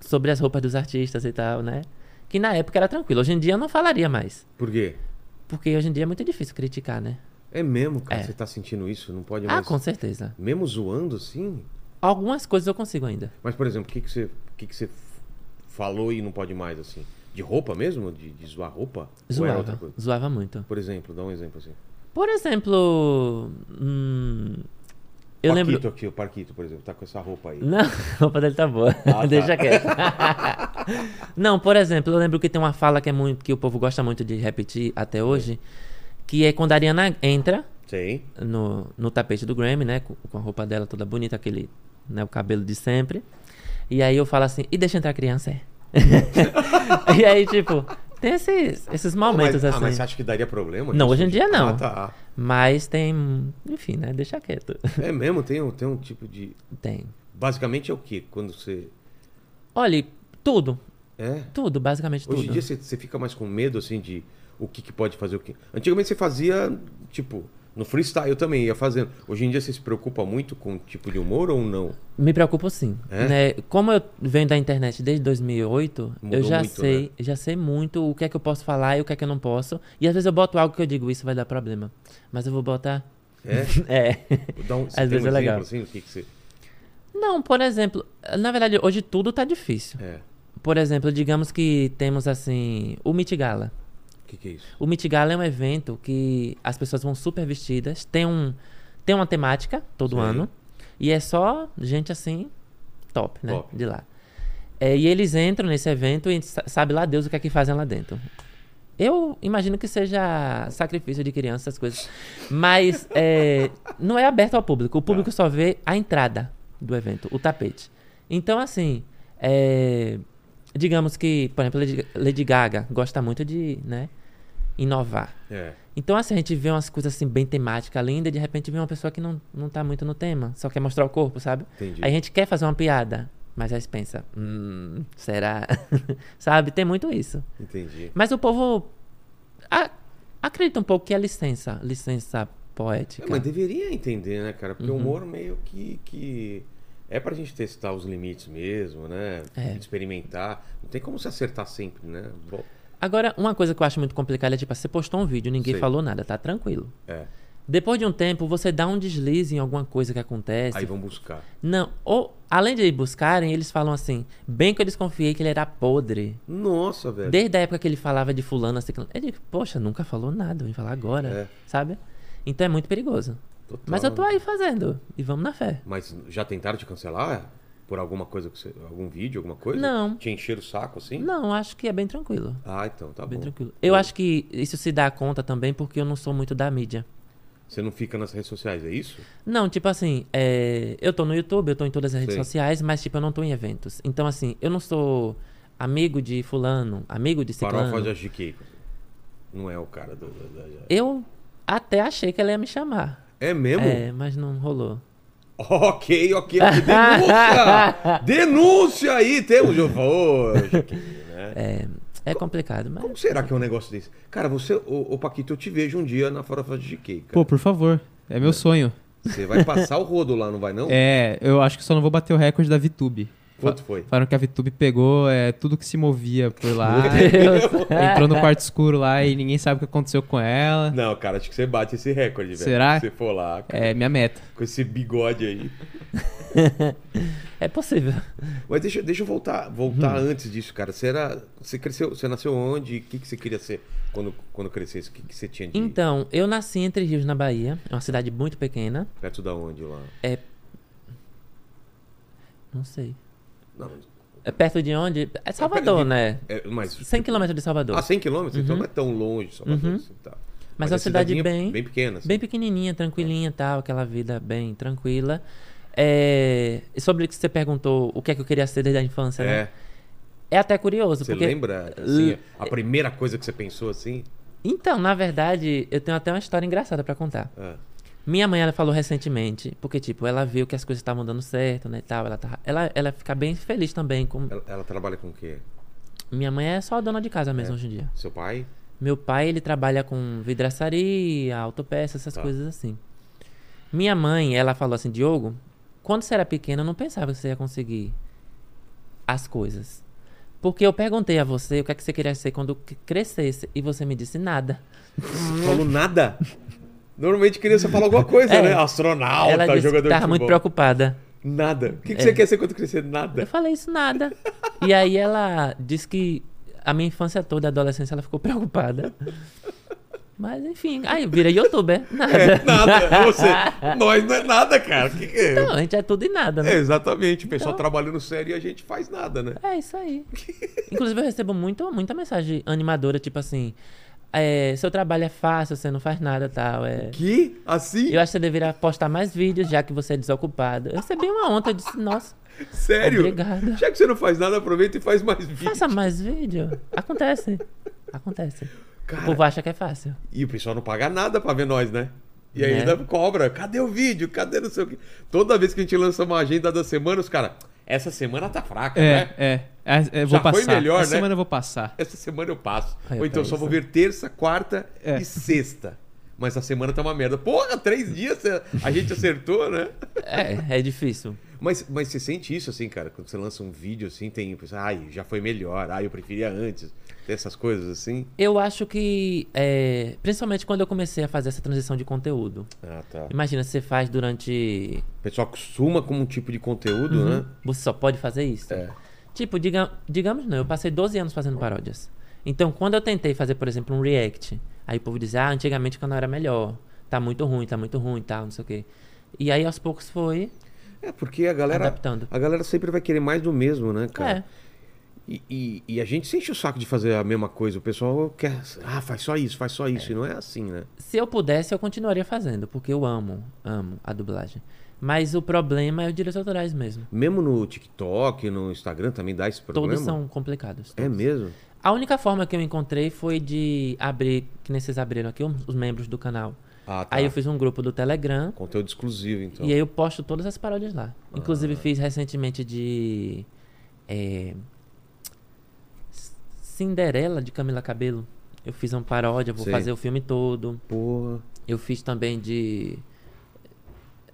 Speaker 3: sobre as roupas dos artistas e tal, né? Que na época era tranquilo. Hoje em dia eu não falaria mais,
Speaker 1: Por quê?
Speaker 3: porque hoje em dia é muito difícil criticar, né?
Speaker 1: É mesmo, cara.
Speaker 3: É.
Speaker 1: Você tá sentindo isso? Não pode
Speaker 3: Ah,
Speaker 1: mais.
Speaker 3: com certeza.
Speaker 1: Mesmo zoando assim?
Speaker 3: Algumas coisas eu consigo ainda.
Speaker 1: Mas, por exemplo, o que, que, você, o que, que você f- falou e não pode mais, assim? De roupa mesmo? De, de zoar roupa? Ou era outra
Speaker 3: Zoava,
Speaker 1: coisa?
Speaker 3: zoava muito.
Speaker 1: Por exemplo, dá um exemplo assim.
Speaker 3: Por exemplo, hum, eu
Speaker 1: Paquito
Speaker 3: lembro
Speaker 1: aqui, o Parquito, por exemplo, tá com essa roupa aí.
Speaker 3: Não, a roupa dele tá boa.
Speaker 1: tá.
Speaker 3: Deixa quieto. não, por exemplo, eu lembro que tem uma fala que é muito que o povo gosta muito de repetir até hoje, que é quando a Ariana entra
Speaker 1: Sei.
Speaker 3: no, no tapete do Grammy, né, com, com a roupa dela toda bonita, aquele, né, o cabelo de sempre. E aí eu falo assim: "E deixa entrar a criança". é?" e aí tipo, tem esses esses momentos
Speaker 1: mas, ah,
Speaker 3: assim.
Speaker 1: mas você acha que daria problema?
Speaker 3: Não,
Speaker 1: isso?
Speaker 3: hoje em dia não.
Speaker 1: Ah, tá.
Speaker 3: Mas tem, enfim, né, deixa quieto.
Speaker 1: É mesmo, tem um, tem um tipo de...
Speaker 3: tem.
Speaker 1: Basicamente é o quê? Quando você...
Speaker 3: Olha, tudo,
Speaker 1: É?
Speaker 3: tudo, basicamente tudo.
Speaker 1: Hoje em dia você, você fica mais com medo, assim, de o que, que pode fazer o que... Antigamente você fazia, tipo, no freestyle eu também ia fazendo. Hoje em dia você se preocupa muito com o tipo de humor ou não?
Speaker 3: Me preocupo sim.
Speaker 1: É?
Speaker 3: Né? Como eu venho da internet desde 2008,
Speaker 1: Mudou
Speaker 3: eu já
Speaker 1: muito,
Speaker 3: sei,
Speaker 1: né?
Speaker 3: já sei muito o que é que eu posso falar e o que é que eu não posso. E às vezes eu boto algo que eu digo, isso vai dar problema. Mas eu vou botar.
Speaker 1: É?
Speaker 3: É.
Speaker 1: Dá um, você tem
Speaker 3: Às vezes
Speaker 1: um exemplo,
Speaker 3: é legal.
Speaker 1: assim, o que, que você...
Speaker 3: Não, por exemplo, na verdade, hoje tudo tá difícil.
Speaker 1: É,
Speaker 3: Por exemplo, digamos que temos assim, o Meet Gala.
Speaker 1: o que, que é isso?
Speaker 3: O Meet Gala é um evento que as pessoas vão super vestidas, tem, um, tem uma temática todo
Speaker 1: Sim.
Speaker 3: ano, e é só gente assim, top, né?
Speaker 1: Top.
Speaker 3: De lá. É, e eles entram nesse evento e sa- sabe lá Deus o que é que fazem lá dentro. Eu imagino que seja sacrifício de criança, essas coisas. Mas é, não é aberto ao público. O público só vê a entrada do evento, o tapete. Então, assim, é, digamos que, por exemplo, Lady- Lady Gaga gosta muito de né, inovar.
Speaker 1: É,
Speaker 3: Então, assim, a gente vê umas coisas assim bem temáticas, linda, e de repente vê uma pessoa que não, não tá muito no tema, só quer mostrar o corpo, sabe?
Speaker 1: Entendi.
Speaker 3: Aí a gente quer fazer uma piada, mas aí você pensa, hum, será? sabe? Tem muito isso.
Speaker 1: entendi.
Speaker 3: Mas o povo a- acredita um pouco que é licença, licença poética.
Speaker 1: É, mas deveria entender, né, cara?
Speaker 3: Uhum.
Speaker 1: Porque o humor meio que, que. É pra gente testar os limites mesmo, né?
Speaker 3: É.
Speaker 1: Experimentar. Não tem como se acertar sempre, né? Bom,
Speaker 3: Agora, uma coisa que eu acho muito complicada é, tipo, você postou um vídeo, ninguém
Speaker 1: Sei.
Speaker 3: falou nada, tá tranquilo.
Speaker 1: é.
Speaker 3: Depois de um tempo, você dá um deslize em alguma coisa que acontece,
Speaker 1: Aí vão buscar.
Speaker 3: Não, ou além de buscarem, eles falam assim: bem que eu desconfiei que ele era podre.
Speaker 1: Nossa, velho.
Speaker 3: Desde a época que ele falava de fulano, assim, eu digo, poxa, nunca falou nada, vem falar agora,
Speaker 1: É.
Speaker 3: sabe? Então é muito perigoso.
Speaker 1: Total,
Speaker 3: Mas eu tô
Speaker 1: né?
Speaker 3: aí fazendo, e vamos na fé.
Speaker 1: Mas já tentaram te cancelar? Por alguma coisa que você. Algum vídeo, alguma coisa?
Speaker 3: Não.
Speaker 1: Te encher o saco assim?
Speaker 3: Não, acho que é bem tranquilo.
Speaker 1: Ah, então, tá
Speaker 3: Bem
Speaker 1: bom.
Speaker 3: tranquilo. Eu acho que isso se dá conta também porque eu não sou muito da mídia.
Speaker 1: Você não fica nas redes sociais, é isso?
Speaker 3: Não, tipo assim, é, eu tô no YouTube, eu tô em todas as redes
Speaker 1: Sei.
Speaker 3: sociais, mas tipo, eu não tô em eventos. Então, assim, eu não sou amigo de fulano, amigo de ciclano.
Speaker 1: Farofa já chiquei. Não é o cara do. do- da-
Speaker 3: Eu até achei que ela ia me chamar.
Speaker 1: É mesmo?
Speaker 3: É, mas não rolou.
Speaker 1: Ok, ok, ok. Denúncia! Denúncia aí, temos. Ô, Chiquinho, né?
Speaker 3: É, é complicado, mas.
Speaker 1: Como será que é um negócio desse? Cara, você, ô, ô, Paquito, eu te vejo um dia na farofa de Chiquei, cara.
Speaker 2: Pô, por favor. É meu sonho.
Speaker 1: Você vai passar o rodo lá, não vai não?
Speaker 2: É, eu acho que só não vou bater o recorde da VTube.
Speaker 1: Quanto foi?
Speaker 2: Falaram que a VTube pegou é, tudo que se movia por lá. entrou no quarto escuro lá e ninguém sabe o que aconteceu com ela.
Speaker 1: Não, cara, acho que você bate esse recorde, velho.
Speaker 2: Será?
Speaker 1: Se você for lá, cara,
Speaker 2: É minha meta.
Speaker 1: com esse bigode aí.
Speaker 3: É possível.
Speaker 1: Mas deixa, deixa eu voltar, voltar
Speaker 2: Uhum.
Speaker 1: antes disso, cara. Você, era, você cresceu, você nasceu onde? O que, que você queria ser quando, quando crescesse? O que, que você tinha de...
Speaker 3: Então, eu nasci em Entre Rios, na Bahia. É uma cidade muito pequena.
Speaker 1: Perto da onde lá?
Speaker 3: É. Não sei.
Speaker 1: Não,
Speaker 3: É perto de onde? É Salvador, né?
Speaker 1: é, mas...
Speaker 3: 100 quilômetros de Salvador.
Speaker 1: Ah, 100 quilômetros? Então não é tão longe, Salvador. Assim, tá.
Speaker 3: Uhum. Mas é uma cidade
Speaker 1: cidadinha
Speaker 3: bem-
Speaker 1: Bem pequena. assim.
Speaker 3: Bem pequenininha,
Speaker 1: É.
Speaker 3: tranquilinha tal, aquela vida bem tranquila. É... e Sobre o que você perguntou, o que é que eu queria ser desde a infância,
Speaker 1: É.
Speaker 3: né? É até curioso,
Speaker 1: Você
Speaker 3: porque...
Speaker 1: lembra assim, a primeira coisa que você pensou assim?
Speaker 3: Então, na verdade, eu tenho até uma história engraçada pra contar.
Speaker 1: Ah,
Speaker 3: Minha mãe, ela falou recentemente, porque, tipo, ela viu que as coisas estavam dando certo, né, e tal, ela, tá, ela, ela fica bem feliz também com...
Speaker 1: ela, ela trabalha com o quê?
Speaker 3: Minha mãe é só dona de casa mesmo hoje em dia.
Speaker 1: Seu pai?
Speaker 3: Meu pai, ele trabalha com vidraçaria, autopeça, essas
Speaker 1: Tá.
Speaker 3: coisas assim. Minha mãe, ela falou assim, Diogo, quando você era pequeno, eu não pensava que você ia conseguir as coisas. Porque eu perguntei a você o que é que você queria ser quando c- crescesse e você me disse nada.
Speaker 1: Não falou nada? Normalmente criança fala alguma coisa,
Speaker 3: É.
Speaker 1: né? Astronauta,
Speaker 3: ela disse
Speaker 1: jogador
Speaker 3: que tava
Speaker 1: de
Speaker 3: muito
Speaker 1: futebol.
Speaker 3: preocupada.
Speaker 1: Nada. O que, que
Speaker 3: É.
Speaker 1: você quer ser quando crescer?
Speaker 3: Eu
Speaker 1: Nada.
Speaker 3: falei isso nada. E aí ela disse que a minha infância toda, a adolescência, ela ficou preocupada. Mas enfim, aí vira youtuber. Nada. Ah,
Speaker 1: É, nada. Você, nós não é nada, cara. O que, que é?
Speaker 3: Então, a gente é tudo e nada, né?
Speaker 1: É, exatamente. O pessoal
Speaker 3: Então-
Speaker 1: trabalhando sério e a gente faz nada, né?
Speaker 3: É isso aí. Inclusive, eu recebo muito, muita mensagem animadora, tipo assim: é, seu trabalho é fácil, você não faz nada tal. É...
Speaker 1: Que? Assim?
Speaker 3: Eu acho que você deveria postar mais vídeos, já que você é desocupado. Eu recebi uma ontem, eu disse: nossa,
Speaker 1: Sério?
Speaker 3: Obrigada.
Speaker 1: Já que você não faz nada, aproveita e faz mais vídeo.
Speaker 3: faça mais vídeo. Acontece. Acontece.
Speaker 1: Cara,
Speaker 3: O povo acha que é fácil.
Speaker 1: E o pessoal não paga nada pra ver nós, né? E aí
Speaker 3: Né?
Speaker 1: ainda cobra. Cadê o vídeo? Cadê não sei o quê? Toda vez que a gente lança uma agenda da semana, os caras. Essa semana tá fraca, né?
Speaker 2: É, é. É, é, vou
Speaker 1: Já foi
Speaker 2: passar.
Speaker 1: melhor,
Speaker 2: Essa
Speaker 1: né?
Speaker 2: semana eu vou passar.
Speaker 1: Essa semana eu passo.
Speaker 3: Aí
Speaker 1: Ou então
Speaker 3: tá
Speaker 1: só
Speaker 3: isso.
Speaker 1: vou ver terça, quarta
Speaker 2: É.
Speaker 1: e sexta. Mas a semana tá uma merda. Porra, três dias a gente acertou, né?
Speaker 3: É, é difícil.
Speaker 1: Mas, mas você sente isso assim, cara? Quando você lança um vídeo assim, tem. pensa, Ai, já foi melhor. Ai, eu preferia antes. Dessas coisas assim.
Speaker 3: Eu acho que, é, principalmente quando eu comecei a fazer essa transição de conteúdo.
Speaker 1: Ah, tá.
Speaker 3: Imagina, você faz durante
Speaker 1: O pessoal acostuma com um tipo de conteúdo, né?
Speaker 3: Você só pode fazer isso.
Speaker 1: É.
Speaker 3: Tipo, diga- digamos não, eu passei 12 anos fazendo paródias. Então, quando eu tentei fazer, por exemplo, um react, aí o povo dizia, ah, antigamente o canal era melhor, tá muito ruim, tá muito ruim, tal, não sei o quê. E aí, aos poucos, foi
Speaker 1: É, porque a galera.
Speaker 3: adaptando.
Speaker 1: A galera sempre vai querer mais do mesmo, né, cara?
Speaker 3: É,
Speaker 1: E, e- e a gente se enche o saco de fazer a mesma coisa. O pessoal quer. Ah, faz só isso, faz só isso. E não é assim, né?
Speaker 3: se eu pudesse, eu continuaria fazendo, porque eu amo, amo a dublagem. Mas o problema é os direitos autorais mesmo.
Speaker 1: Mesmo no TikTok, no Instagram também dá esse problema.
Speaker 3: Todos são complicados.
Speaker 1: É mesmo?
Speaker 3: A única forma que eu encontrei foi de abrir, que nem vocês abriram aqui, um- os membros do canal.
Speaker 1: Ah,
Speaker 3: Aí eu fiz um grupo do Telegram,
Speaker 1: Conteúdo exclusivo, então.
Speaker 3: E aí eu posto todas as paródias lá.
Speaker 1: Ah.
Speaker 3: Inclusive fiz recentemente de. É, C- Cinderela de Camila Cabelo. Eu fiz uma paródia, vou
Speaker 1: Sei.
Speaker 3: fazer o filme todo.
Speaker 1: Porra.
Speaker 3: Eu fiz também de.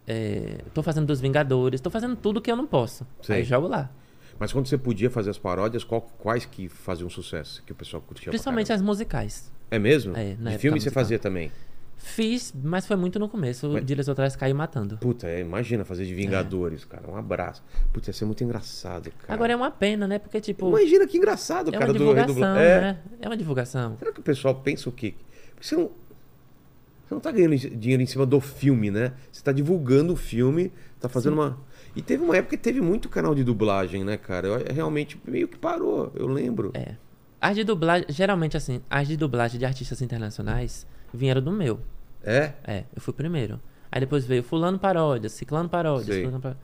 Speaker 3: É, tô fazendo dos Vingadores, tô fazendo tudo que eu não posso.
Speaker 1: Sei.
Speaker 3: Aí jogo lá.
Speaker 1: Mas quando você podia fazer as paródias, qual- quais que faziam sucesso? Que o pessoal curtia pra
Speaker 3: Principalmente as musicais.
Speaker 1: caramba? É mesmo?
Speaker 3: É,
Speaker 1: de
Speaker 3: na época
Speaker 1: filme você
Speaker 3: musical.
Speaker 1: fazia também.
Speaker 3: Fiz, mas foi muito no começo.
Speaker 1: Mas-
Speaker 3: Mas... Dias atrás caiu matando.
Speaker 1: Puta, é, imagina fazer de Vingadores, cara. Um abraço. Puta, ia ser muito engraçado, cara.
Speaker 3: Agora é uma pena, né? Porque, tipo,
Speaker 1: Imagina que engraçado,
Speaker 3: é
Speaker 1: cara.
Speaker 3: uma
Speaker 1: do- do-
Speaker 3: divulgação,
Speaker 1: É.
Speaker 3: né? É uma divulgação.
Speaker 1: Será que o pessoal pensa o quê? Porque você não, você não tá ganhando em- dinheiro em cima do filme, né? Você tá divulgando o filme, tá fazendo uma. E teve uma época que teve muito canal de dublagem, né, cara? Eu- realmente meio que parou, eu lembro.
Speaker 3: É. As de dublagem, geralmente assim, as de dublagem de artistas internacionais vieram do meu.
Speaker 1: É?
Speaker 3: É, eu fui primeiro. Aí depois veio fulano paródia, ciclano paródia,
Speaker 1: Sei.
Speaker 3: ciclano paródia.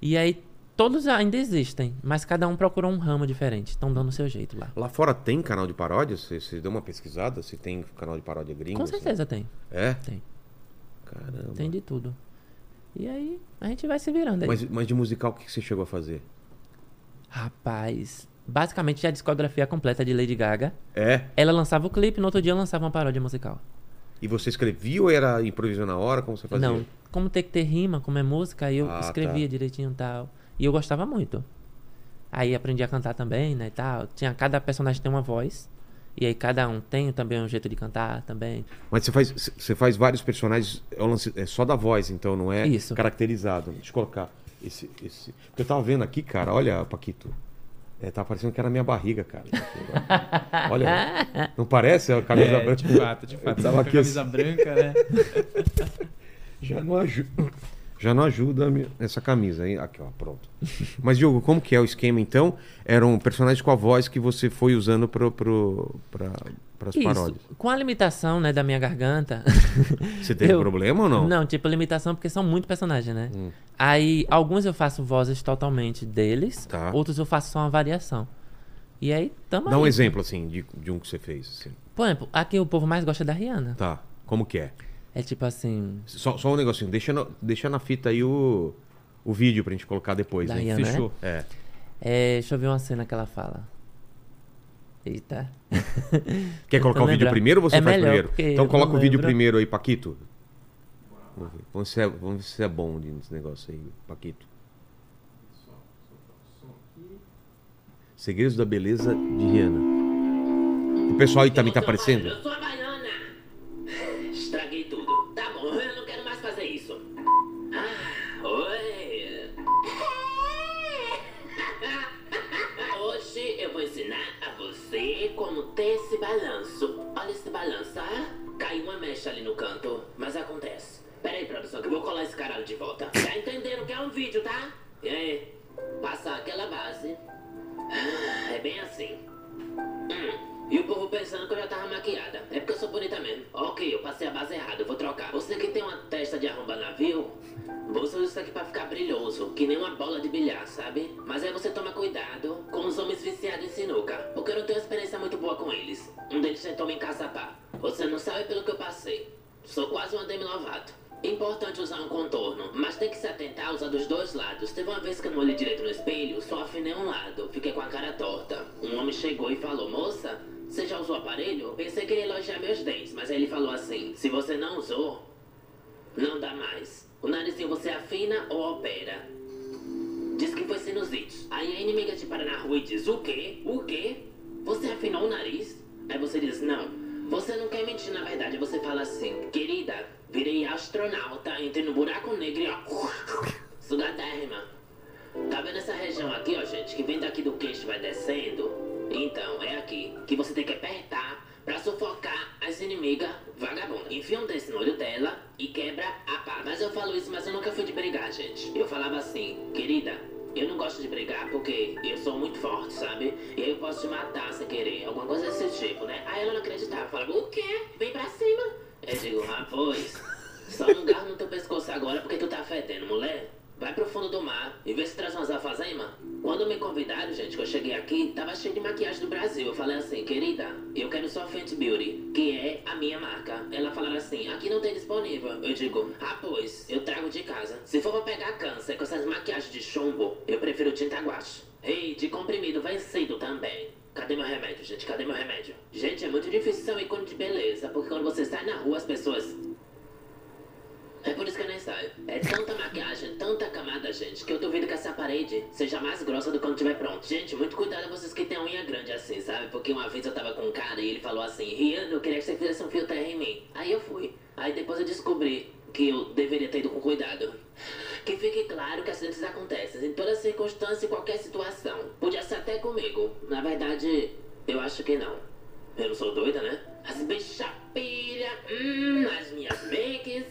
Speaker 3: E aí todos ainda existem, mas cada um procurou um ramo diferente. Estão dando o seu jeito lá.
Speaker 1: Lá fora tem canal de paródia? Você, você deu uma pesquisada? Se tem canal de paródia gringo?
Speaker 3: Com
Speaker 1: assim?
Speaker 3: certeza tem.
Speaker 1: É?
Speaker 3: Tem.
Speaker 1: Caramba.
Speaker 3: Tem de tudo. E aí a gente vai se virando aí.
Speaker 1: Mas, mas de musical, o que que você chegou a fazer?
Speaker 3: Rapaz, basicamente a discografia completa de Lady Gaga.
Speaker 1: É?
Speaker 3: Ela lançava o clipe, no outro dia lançava uma paródia musical.
Speaker 1: E você escrevia ou era improviso na hora? Como você fazia?
Speaker 3: Não, como tem que ter rima, como é música, aí eu
Speaker 1: Ah,
Speaker 3: escrevia
Speaker 1: tá.
Speaker 3: direitinho e tal. E eu gostava muito. Aí aprendi a cantar também, né, e tal. Tinha, cada personagem tem uma voz. E aí cada um tem também um jeito de cantar também.
Speaker 1: Mas você faz, você faz vários personagens, é, o lance- é só da voz, então, não é
Speaker 3: Isso.
Speaker 1: caracterizado. Deixa eu colocar esse, esse. Porque eu tava vendo aqui, cara, olha, Paquito. É, tá parecendo que era minha barriga, cara. Olha, não parece a camisa
Speaker 2: É,
Speaker 1: branca?
Speaker 2: de fato, de fato.
Speaker 1: Eu
Speaker 2: Você
Speaker 1: tava
Speaker 2: com a
Speaker 1: aqui, assim,
Speaker 2: camisa branca, né?
Speaker 1: Já não ajuda. Já não ajuda a minha- essa camisa aí. Aqui, ó, pronto. Mas, Diogo, como que é o esquema, então? Eram personagens com a voz que você foi usando pro, pro, pra, pras
Speaker 3: Isso.
Speaker 1: paródias.
Speaker 3: Com a limitação, né, da minha garganta.
Speaker 1: Você teve
Speaker 3: Eu-
Speaker 1: problema ou não? Hum.
Speaker 3: Não, tipo, limitação porque são muito personagens, né? Aí, alguns eu faço vozes totalmente deles,
Speaker 1: Tá.
Speaker 3: outros eu faço só uma variação. E aí, tamo
Speaker 1: Dá um
Speaker 3: aí.
Speaker 1: exemplo, assim, de, de um que você fez. Assim.
Speaker 3: Por exemplo, aqui o povo mais gosta é da Rihanna.
Speaker 1: Tá. Como que é?
Speaker 3: É tipo assim,
Speaker 1: Só, só um negocinho, deixa, no- deixa na fita aí o, o vídeo pra gente colocar depois,
Speaker 3: Da
Speaker 1: hein?
Speaker 3: Rihanna, né?
Speaker 1: Fechou. É.
Speaker 3: É, deixa eu ver uma cena que ela fala. Eita.
Speaker 1: Quer colocar o vídeo
Speaker 3: lembrar.
Speaker 1: primeiro ou você
Speaker 3: É
Speaker 1: faz
Speaker 3: melhor,
Speaker 1: primeiro?
Speaker 3: porque
Speaker 1: Então
Speaker 3: eu
Speaker 1: coloca
Speaker 3: não
Speaker 1: o vídeo
Speaker 3: lembro.
Speaker 1: primeiro aí, Paquito. Vamos ver. Vamos ver se é, vamos ver se é bom nesse negócio aí, Paquito. Segredos da beleza de Rihanna. O pessoal aí também tá aparecendo?
Speaker 4: Eu sou havaiana. Estraguei tudo. Tá bom, eu não quero mais fazer isso. Ah, oi. Hoje eu vou ensinar a você como ter esse balanço. Olha esse balanço, tá? Caiu uma mecha ali no canto, mas acontece. Pera aí, produção, que eu vou colar esse caralho de volta. Já entenderam que é um vídeo, tá? E aí? Passar aquela base. Ah, é bem assim. Hum, E o povo pensando que eu já tava maquiada. É porque eu sou bonita mesmo. Ok, eu passei a base errada, eu vou trocar. Você que tem uma testa de arromba navio, você usa isso aqui pra ficar brilhoso, que nem uma bola de bilhar, sabe? Mas aí você toma cuidado com os homens viciados em sinuca, porque eu não tenho experiência muito boa com eles. Um deles tentou me encaçapar. Você não sabe pelo que eu passei. Sou quase um uma Demi Lovato. Importante usar um contorno, mas tem que se atentar a usar dos dois lados. Teve uma vez que eu não olhei direito no espelho, só afinei um lado, fiquei com a cara torta. Um homem chegou e falou: Moça, você já usou o aparelho? Pensei que ele ia elogiar meus dentes, mas aí ele falou assim: Se você não usou, não dá mais. O narizinho você afina ou opera? Diz que foi sinusite. Aí a inimiga te para na rua e diz: O quê? O quê? Você afinou o nariz? Aí você diz: Não. Você não quer mentir, na verdade. Você fala assim: Querida, virei astronauta, entrei no buraco negro e ó. Sugadérrima. Tá vendo essa região aqui, ó, gente? Que vem daqui do queixo e vai descendo? Então, é aqui que você tem que apertar pra sufocar as inimigas vagabundas. Enfia um desse no olho dela e quebra a pá. Mas eu falo isso, mas eu nunca fui de brigar, gente. Eu falava assim, querida, eu não gosto de brigar porque eu sou muito forte, sabe? E aí eu posso te matar sem querer, alguma coisa desse tipo, né? Aí ela não acreditava, falava, o quê? Vem pra cima. Eu digo, ah, pois... Só não garra no teu pescoço agora porque tu tá fedendo, mulher. Vai pro fundo do mar e vê se traz umas alfazemas. Quando me convidaram, gente, que eu cheguei aqui, tava cheio de maquiagem do Brasil. Eu falei assim, querida, eu quero só Fenty Beauty, que é a minha marca. Ela falaram assim, aqui não tem disponível. Eu digo, ah, pois, eu trago de casa. Se for pra pegar câncer com essas maquiagens de chumbo, eu prefiro tinta guache. Ei, de comprimido vencido também. Cadê meu remédio, gente? Cadê meu remédio? Gente, é muito difícil ser um ícone de beleza, porque quando você sai na rua, as pessoas é por isso que eu nem saio. É tanta maquiagem, tanta camada, gente, que eu duvido que essa parede seja mais grossa do que quando tiver pronto. Gente, muito cuidado vocês que têm unha grande assim, sabe? Porque uma vez eu tava com um cara e ele falou assim, Rihanna, eu queria que você fizesse um fio terra em mim. Aí eu fui. Aí depois eu descobri que eu deveria ter ido com cuidado. Que fique claro que acidentes acontecem em toda circunstância, em qualquer situação. Podia ser até comigo. Na verdade, eu acho que não. Eu não sou doida, né? As bichapilha, hum, as minhas makes,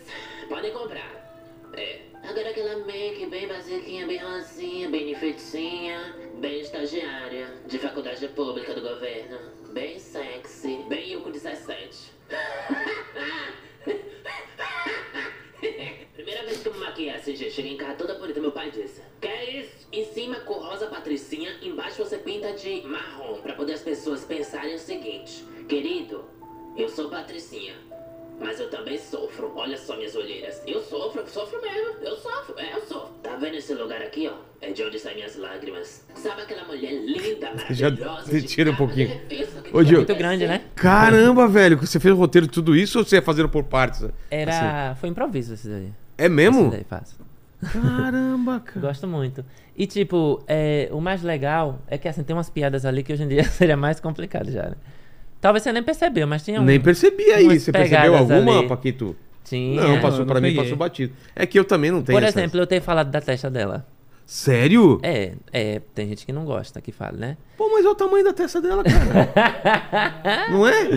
Speaker 4: podem comprar. É. Agora aquela make bem basiquinha, bem rosinha, bem enfeitinha, bem estagiária, de faculdade pública do governo, bem sexy, bem eu com 17. Primeira vez que eu me maquiei assim, gente, cheguei em casa toda bonita, meu pai disse. Que é isso? Em cima cor rosa patricinha, embaixo você pinta de marrom, pra poder as pessoas pensarem o seguinte. Querido, eu sou patricinha, mas eu também sofro. Olha só minhas olheiras. Eu sofro, sofro mesmo, eu sofro, é, eu sofro. Tá vendo esse lugar aqui, ó? É de onde saem minhas lágrimas. Sabe aquela mulher linda,
Speaker 1: Já
Speaker 4: maravilhosa? de
Speaker 1: tira um
Speaker 4: cara,
Speaker 1: pouquinho.
Speaker 4: é isso que
Speaker 1: Ô, Gil.
Speaker 3: Muito grande, né?
Speaker 1: Caramba, velho, você fez o roteiro de tudo isso ou você ia fazendo por partes? Assim.
Speaker 3: Era. Foi improviso esse daí.
Speaker 1: É
Speaker 3: Esse
Speaker 1: mesmo?
Speaker 3: daí fácil.
Speaker 1: Caramba, cara.
Speaker 3: Gosto muito. E, tipo, é, o mais legal é que, assim, tem umas piadas ali que hoje em dia seria mais complicado já, né? Talvez você nem percebeu, mas tinha um.
Speaker 1: Nem percebi aí.
Speaker 3: umas
Speaker 1: Você percebeu
Speaker 3: pegadas
Speaker 1: alguma,
Speaker 3: ali. é,
Speaker 1: Paquito?
Speaker 3: Tinha.
Speaker 1: Não, passou
Speaker 2: eu não
Speaker 1: pra mim,
Speaker 2: peguei.
Speaker 1: passou batido. É que eu também não tenho.
Speaker 3: Por
Speaker 1: essas-
Speaker 3: exemplo, eu tenho falado da testa dela.
Speaker 1: Sério?
Speaker 3: É, é, tem gente que não gosta que fala, né?
Speaker 1: Pô, mas olha o tamanho da testa dela, cara. não é?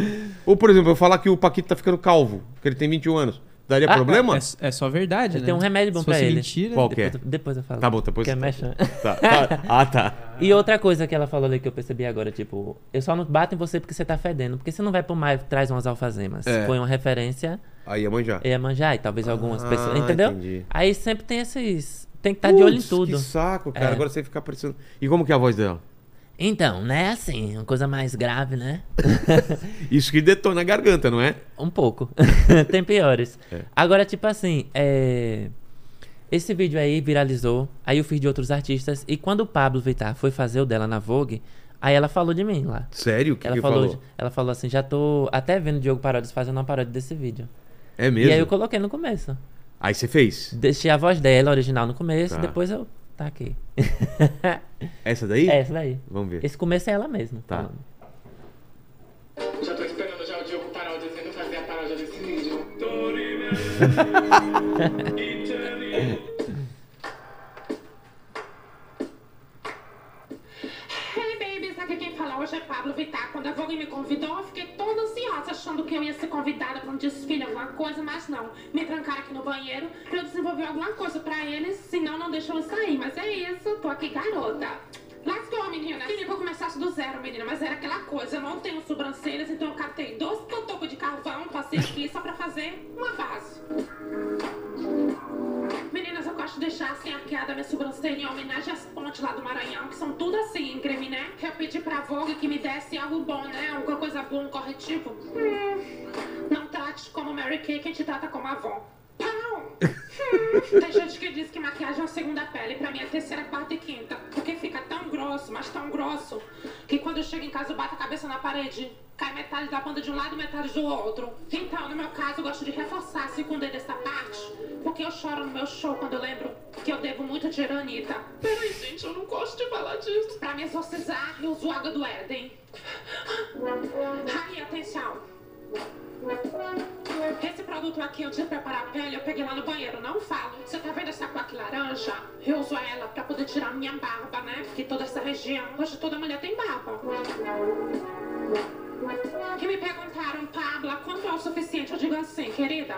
Speaker 1: Ou, por exemplo, eu falar que o Paquito tá ficando calvo, que ele tem 21 anos. Daria
Speaker 3: Ah,
Speaker 1: problema?
Speaker 2: É, é só verdade,
Speaker 3: Ele
Speaker 2: né?
Speaker 3: tem um remédio bom
Speaker 2: Se
Speaker 3: pra
Speaker 2: fosse
Speaker 3: ele.
Speaker 2: mentira...
Speaker 1: Qual?
Speaker 3: Depois,
Speaker 1: Ok.
Speaker 3: eu- depois eu falo. é
Speaker 1: Tá bom, depois
Speaker 3: Quer
Speaker 1: você-
Speaker 3: mexer?
Speaker 1: Tá, tá. Ah, tá.
Speaker 3: E outra coisa que ela falou ali que eu percebi agora, tipo, eu só não bato em você porque você tá fedendo. Porque você não vai pro mar e traz umas alfazemas.
Speaker 1: É.
Speaker 3: Foi uma referência
Speaker 1: Aí ia manjar.
Speaker 3: a manjar e talvez algumas
Speaker 1: Ah,
Speaker 3: pessoas. Entendeu?
Speaker 1: entendi.
Speaker 3: Aí sempre tem esses. Tem que estar tá de olho em
Speaker 1: Putz,
Speaker 3: tudo.
Speaker 1: Que saco, cara.
Speaker 3: É.
Speaker 1: Agora você fica parecendo. E como que é a voz dela?
Speaker 3: Então, né? Assim, uma coisa mais grave, né?
Speaker 1: Isso que detona a garganta, não é?
Speaker 3: Um pouco. Tem piores. Agora, tipo assim, é... esse vídeo aí viralizou, aí eu fiz de outros artistas, e quando o Pablo Vittar foi fazer o dela na Vogue, Aí ela falou de mim lá.
Speaker 1: Sério? O que,
Speaker 3: ela
Speaker 1: que
Speaker 3: falou,
Speaker 1: falou?
Speaker 3: ela falou assim, já tô até vendo o Diogo Paródias fazendo uma paródia desse vídeo.
Speaker 1: É mesmo?
Speaker 3: E aí eu coloquei no começo.
Speaker 1: Aí você fez?
Speaker 3: Deixei a voz dela original no começo,
Speaker 1: Tá.
Speaker 3: depois eu tá aqui.
Speaker 1: Essa daí?
Speaker 3: é essa daí.
Speaker 1: Vamos ver.
Speaker 3: Esse começo é ela mesma.
Speaker 1: Tá.
Speaker 4: Já tô esperando já o Diogo parar de não fazer a paródia desse vídeo. Hey baby, sabe quem fala hoje é Pablo Vittar. Quando a Vogue me convidou, eu fiquei toda ansiosa achando que eu ia ser convidada pra um desfile, alguma coisa, mas não. Me trancaram aqui no banheiro pra eu desenvolver alguma coisa pra eles, senão não deixam eu sair. Mas é isso, tô aqui garota. Lascou, menina. Queria que eu começasse do zero, menina, mas era aquela coisa. Eu não tenho sobrancelhas, então eu catei dois cantocos de carvão, passei aqui só pra fazer um uma base. Meninas, eu gosto de deixar assim arqueada minha sobrancelha em homenagem às pontes lá do Maranhão, que são tudo assim, íngreme, né? Eu pedi pra Vogue que me desse algo bom, né? Alguma coisa boa, um corretivo. Hum, não trate como Mary Kay, quem te trata como avó. Pau! Hum, tem gente que diz que maquiagem é a segunda pele, pra mim é terceira, quarta e quinta. Porque fica tão grosso, mas tão grosso, que quando eu chego em casa eu bato a cabeça na parede. Cai metade da banda de um lado e metade do outro. Então, no meu caso, eu gosto de reforçar a segunda dessa parte, porque eu choro no meu show quando eu lembro que eu devo muito dinheiro à Anitta. Peraí, gente, eu não gosto de falar disso. Pra é me exorcizar, eu uso água do Éden. Aí, atenção. Esse produto aqui, antes de preparar a pele, eu peguei lá no banheiro, não falo. Você tá vendo essa coque laranja? Eu uso ela pra poder tirar minha barba, né? Porque toda essa região, hoje toda mulher tem barba. Que me perguntaram, Pabla, quanto é o suficiente? Eu digo assim, querida,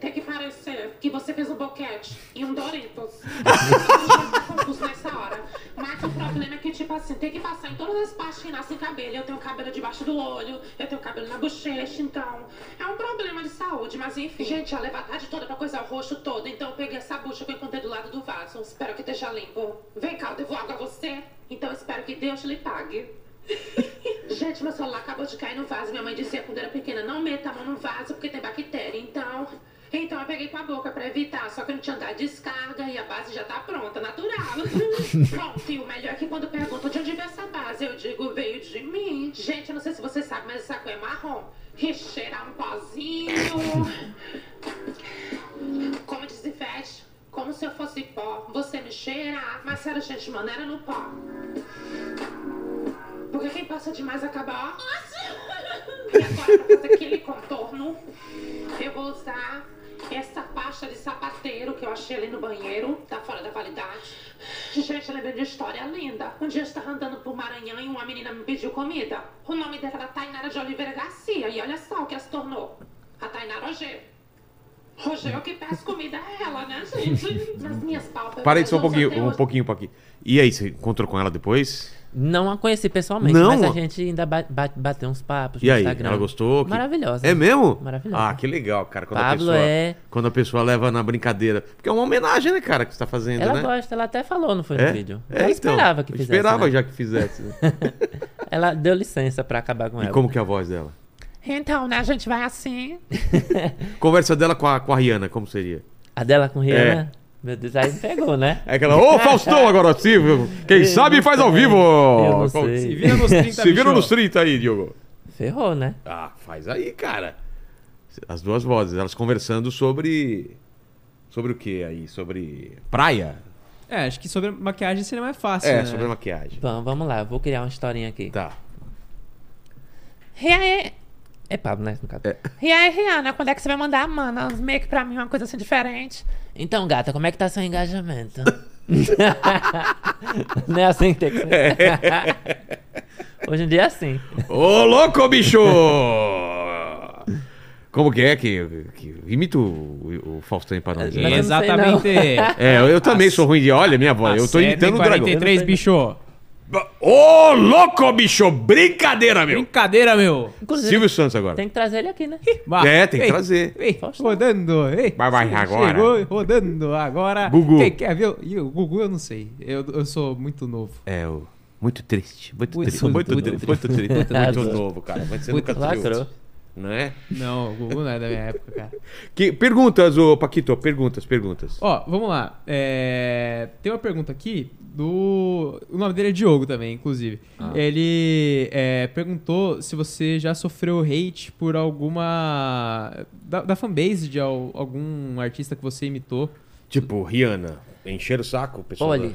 Speaker 4: tem que parecer que você fez um boquete e um Doritos. Eu já tô confuso nessa hora. Mas o problema é que, tipo assim, tem que passar em todas as partes que nascem cabelo. Eu tenho cabelo debaixo do olho, eu tenho cabelo na bochecha, então. É um problema de saúde, mas enfim. Gente, eu levo a tarde toda pra coisar o rosto todo, então eu peguei essa bucha que eu encontrei do lado do vaso. Espero que esteja limpo. Vem cá, eu devo água a você. Então eu espero que Deus lhe pague. Gente, meu celular acabou de cair no vaso. Minha mãe dizia quando era pequena, não meta a mão no vaso porque tem bactéria. Então, então eu peguei com a boca pra evitar. Só que eu não tinha dado descarga e a base já tá pronta, natural. Pronto, e o melhor é que quando perguntam de onde veio essa base, eu digo, veio de mim. Gente, eu não sei se você sabe, mas essa coisa é marrom. E cheira um pozinho. Como desinfete, como se eu fosse pó. Você me cheira, mas sério, gente, mano, era no pó. Porque quem passa demais acaba, ó. E agora, pra fazer aquele contorno, eu vou usar essa pasta de sapateiro que eu achei ali no banheiro. Tá fora da validade. Gente, eu lembrei de uma história linda. Um dia eu estava andando por Maranhão e uma menina me pediu comida. O nome dela era Tainara de Oliveira Garcia. E olha só o que ela se tornou. A Tainara Rogério. Rogério que peço comida a ela, né, gente? Nas minhas pálpebras.
Speaker 1: Parei só um
Speaker 4: eu
Speaker 1: pouquinho,
Speaker 4: tenho
Speaker 1: um pouquinho pra aqui. E aí, você encontrou com ela depois?
Speaker 3: Não a conheci pessoalmente,
Speaker 1: Não?
Speaker 3: mas a gente ainda ba- ba- bateu uns papos
Speaker 1: E
Speaker 3: no
Speaker 1: aí,
Speaker 3: Instagram.
Speaker 1: ela gostou? Que-
Speaker 3: Maravilhosa.
Speaker 1: É mesmo?
Speaker 3: Maravilhosa.
Speaker 1: Ah, que legal, cara. Quando
Speaker 3: Pablo
Speaker 1: a pessoa,
Speaker 3: é-
Speaker 1: Quando a pessoa leva na brincadeira. Porque é uma homenagem, né, cara, que você tá fazendo,
Speaker 3: Ela
Speaker 1: né?
Speaker 3: gosta, ela até falou, não foi no
Speaker 1: É?
Speaker 3: vídeo.
Speaker 1: É,
Speaker 3: ela
Speaker 1: então.
Speaker 3: esperava que fizesse.
Speaker 1: Esperava
Speaker 3: né?
Speaker 1: já que fizesse. né?
Speaker 3: Ela deu licença pra acabar com
Speaker 1: e
Speaker 3: ela.
Speaker 1: como que é a voz dela?
Speaker 4: Então, né, a gente vai assim.
Speaker 1: Conversa dela com a, com a Rihanna, como seria?
Speaker 3: A dela com Rihanna? Meu Deus, aí me pegou, né?
Speaker 1: É aquela, ô Faustão, agora sim, viu? quem
Speaker 3: Eu
Speaker 1: sabe
Speaker 3: não
Speaker 1: faz ao
Speaker 3: sei.
Speaker 1: vivo!
Speaker 3: Eu
Speaker 1: Como-
Speaker 3: não sei.
Speaker 2: Se vira nos 30,
Speaker 1: Se viram
Speaker 2: bicho.
Speaker 1: nos 30 aí, Diogo.
Speaker 3: Ferrou, né?
Speaker 1: Ah, faz aí, cara. As duas vozes, elas conversando sobre. Sobre o que aí? Sobre praia?
Speaker 2: É, acho que sobre maquiagem seria mais fácil,
Speaker 1: É,
Speaker 2: né?
Speaker 1: sobre maquiagem.
Speaker 3: Bom, vamos lá, eu vou criar uma historinha aqui.
Speaker 1: Tá.
Speaker 4: Riaê,
Speaker 3: É Pablo, né? No caso.
Speaker 4: Riaê,
Speaker 3: né?
Speaker 4: Rihanna, quando é que você vai mandar a mana? Meio que pra mim é uma coisa assim diferente.
Speaker 3: Então, gata, como é que tá seu engajamento? não é assim que tem que ser.
Speaker 1: É.
Speaker 3: Hoje em dia é assim.
Speaker 1: Ô, louco, bicho! Como que é que. que imita o, o Faustão aí pra nós.
Speaker 3: Mas eu não sei,
Speaker 1: né?
Speaker 2: Exatamente. Tá
Speaker 1: É, eu, eu também sou ruim de. Olha, minha voz, eu tô
Speaker 2: Acerta em
Speaker 1: imitando o dragão.
Speaker 2: 43, bicho.
Speaker 1: Ô, louco, bicho! Brincadeira, meu!
Speaker 2: Brincadeira, meu.
Speaker 3: Inclusive,
Speaker 1: Silvio Santos agora.
Speaker 3: tem que trazer ele aqui, né?
Speaker 2: Vá.
Speaker 1: É, tem que
Speaker 2: Ei,
Speaker 1: trazer.
Speaker 2: ei,
Speaker 3: Faustão.
Speaker 2: rodando. Ei,
Speaker 1: Vai, vai,
Speaker 2: Sim,
Speaker 1: agora.
Speaker 2: Chegou, rodando agora.
Speaker 1: Gugu.
Speaker 2: Quem quer ver? E o Gugu eu não sei. Eu, eu sou muito novo.
Speaker 1: É, o- muito triste. Muito,
Speaker 2: Muito,
Speaker 1: triste. Muito,
Speaker 2: muito
Speaker 1: triste.
Speaker 2: triste.
Speaker 1: Muito triste. Muito
Speaker 3: Arrasou.
Speaker 1: novo, cara. Mas você
Speaker 2: Muito
Speaker 1: nunca
Speaker 3: Lacrou.
Speaker 1: viu. né?
Speaker 2: Não, o Gugu não é da minha época, cara.
Speaker 1: Que, perguntas, ô Paquito, perguntas, perguntas.
Speaker 2: Ó, vamos lá. É, Tem uma pergunta aqui do. O nome dele é Diogo também, inclusive.
Speaker 1: Ah.
Speaker 2: Ele é, perguntou se você já sofreu hate por alguma. da, da fanbase de al- algum artista que você imitou.
Speaker 1: Tipo, Rihanna, encher o saco, pessoal.
Speaker 3: Olha,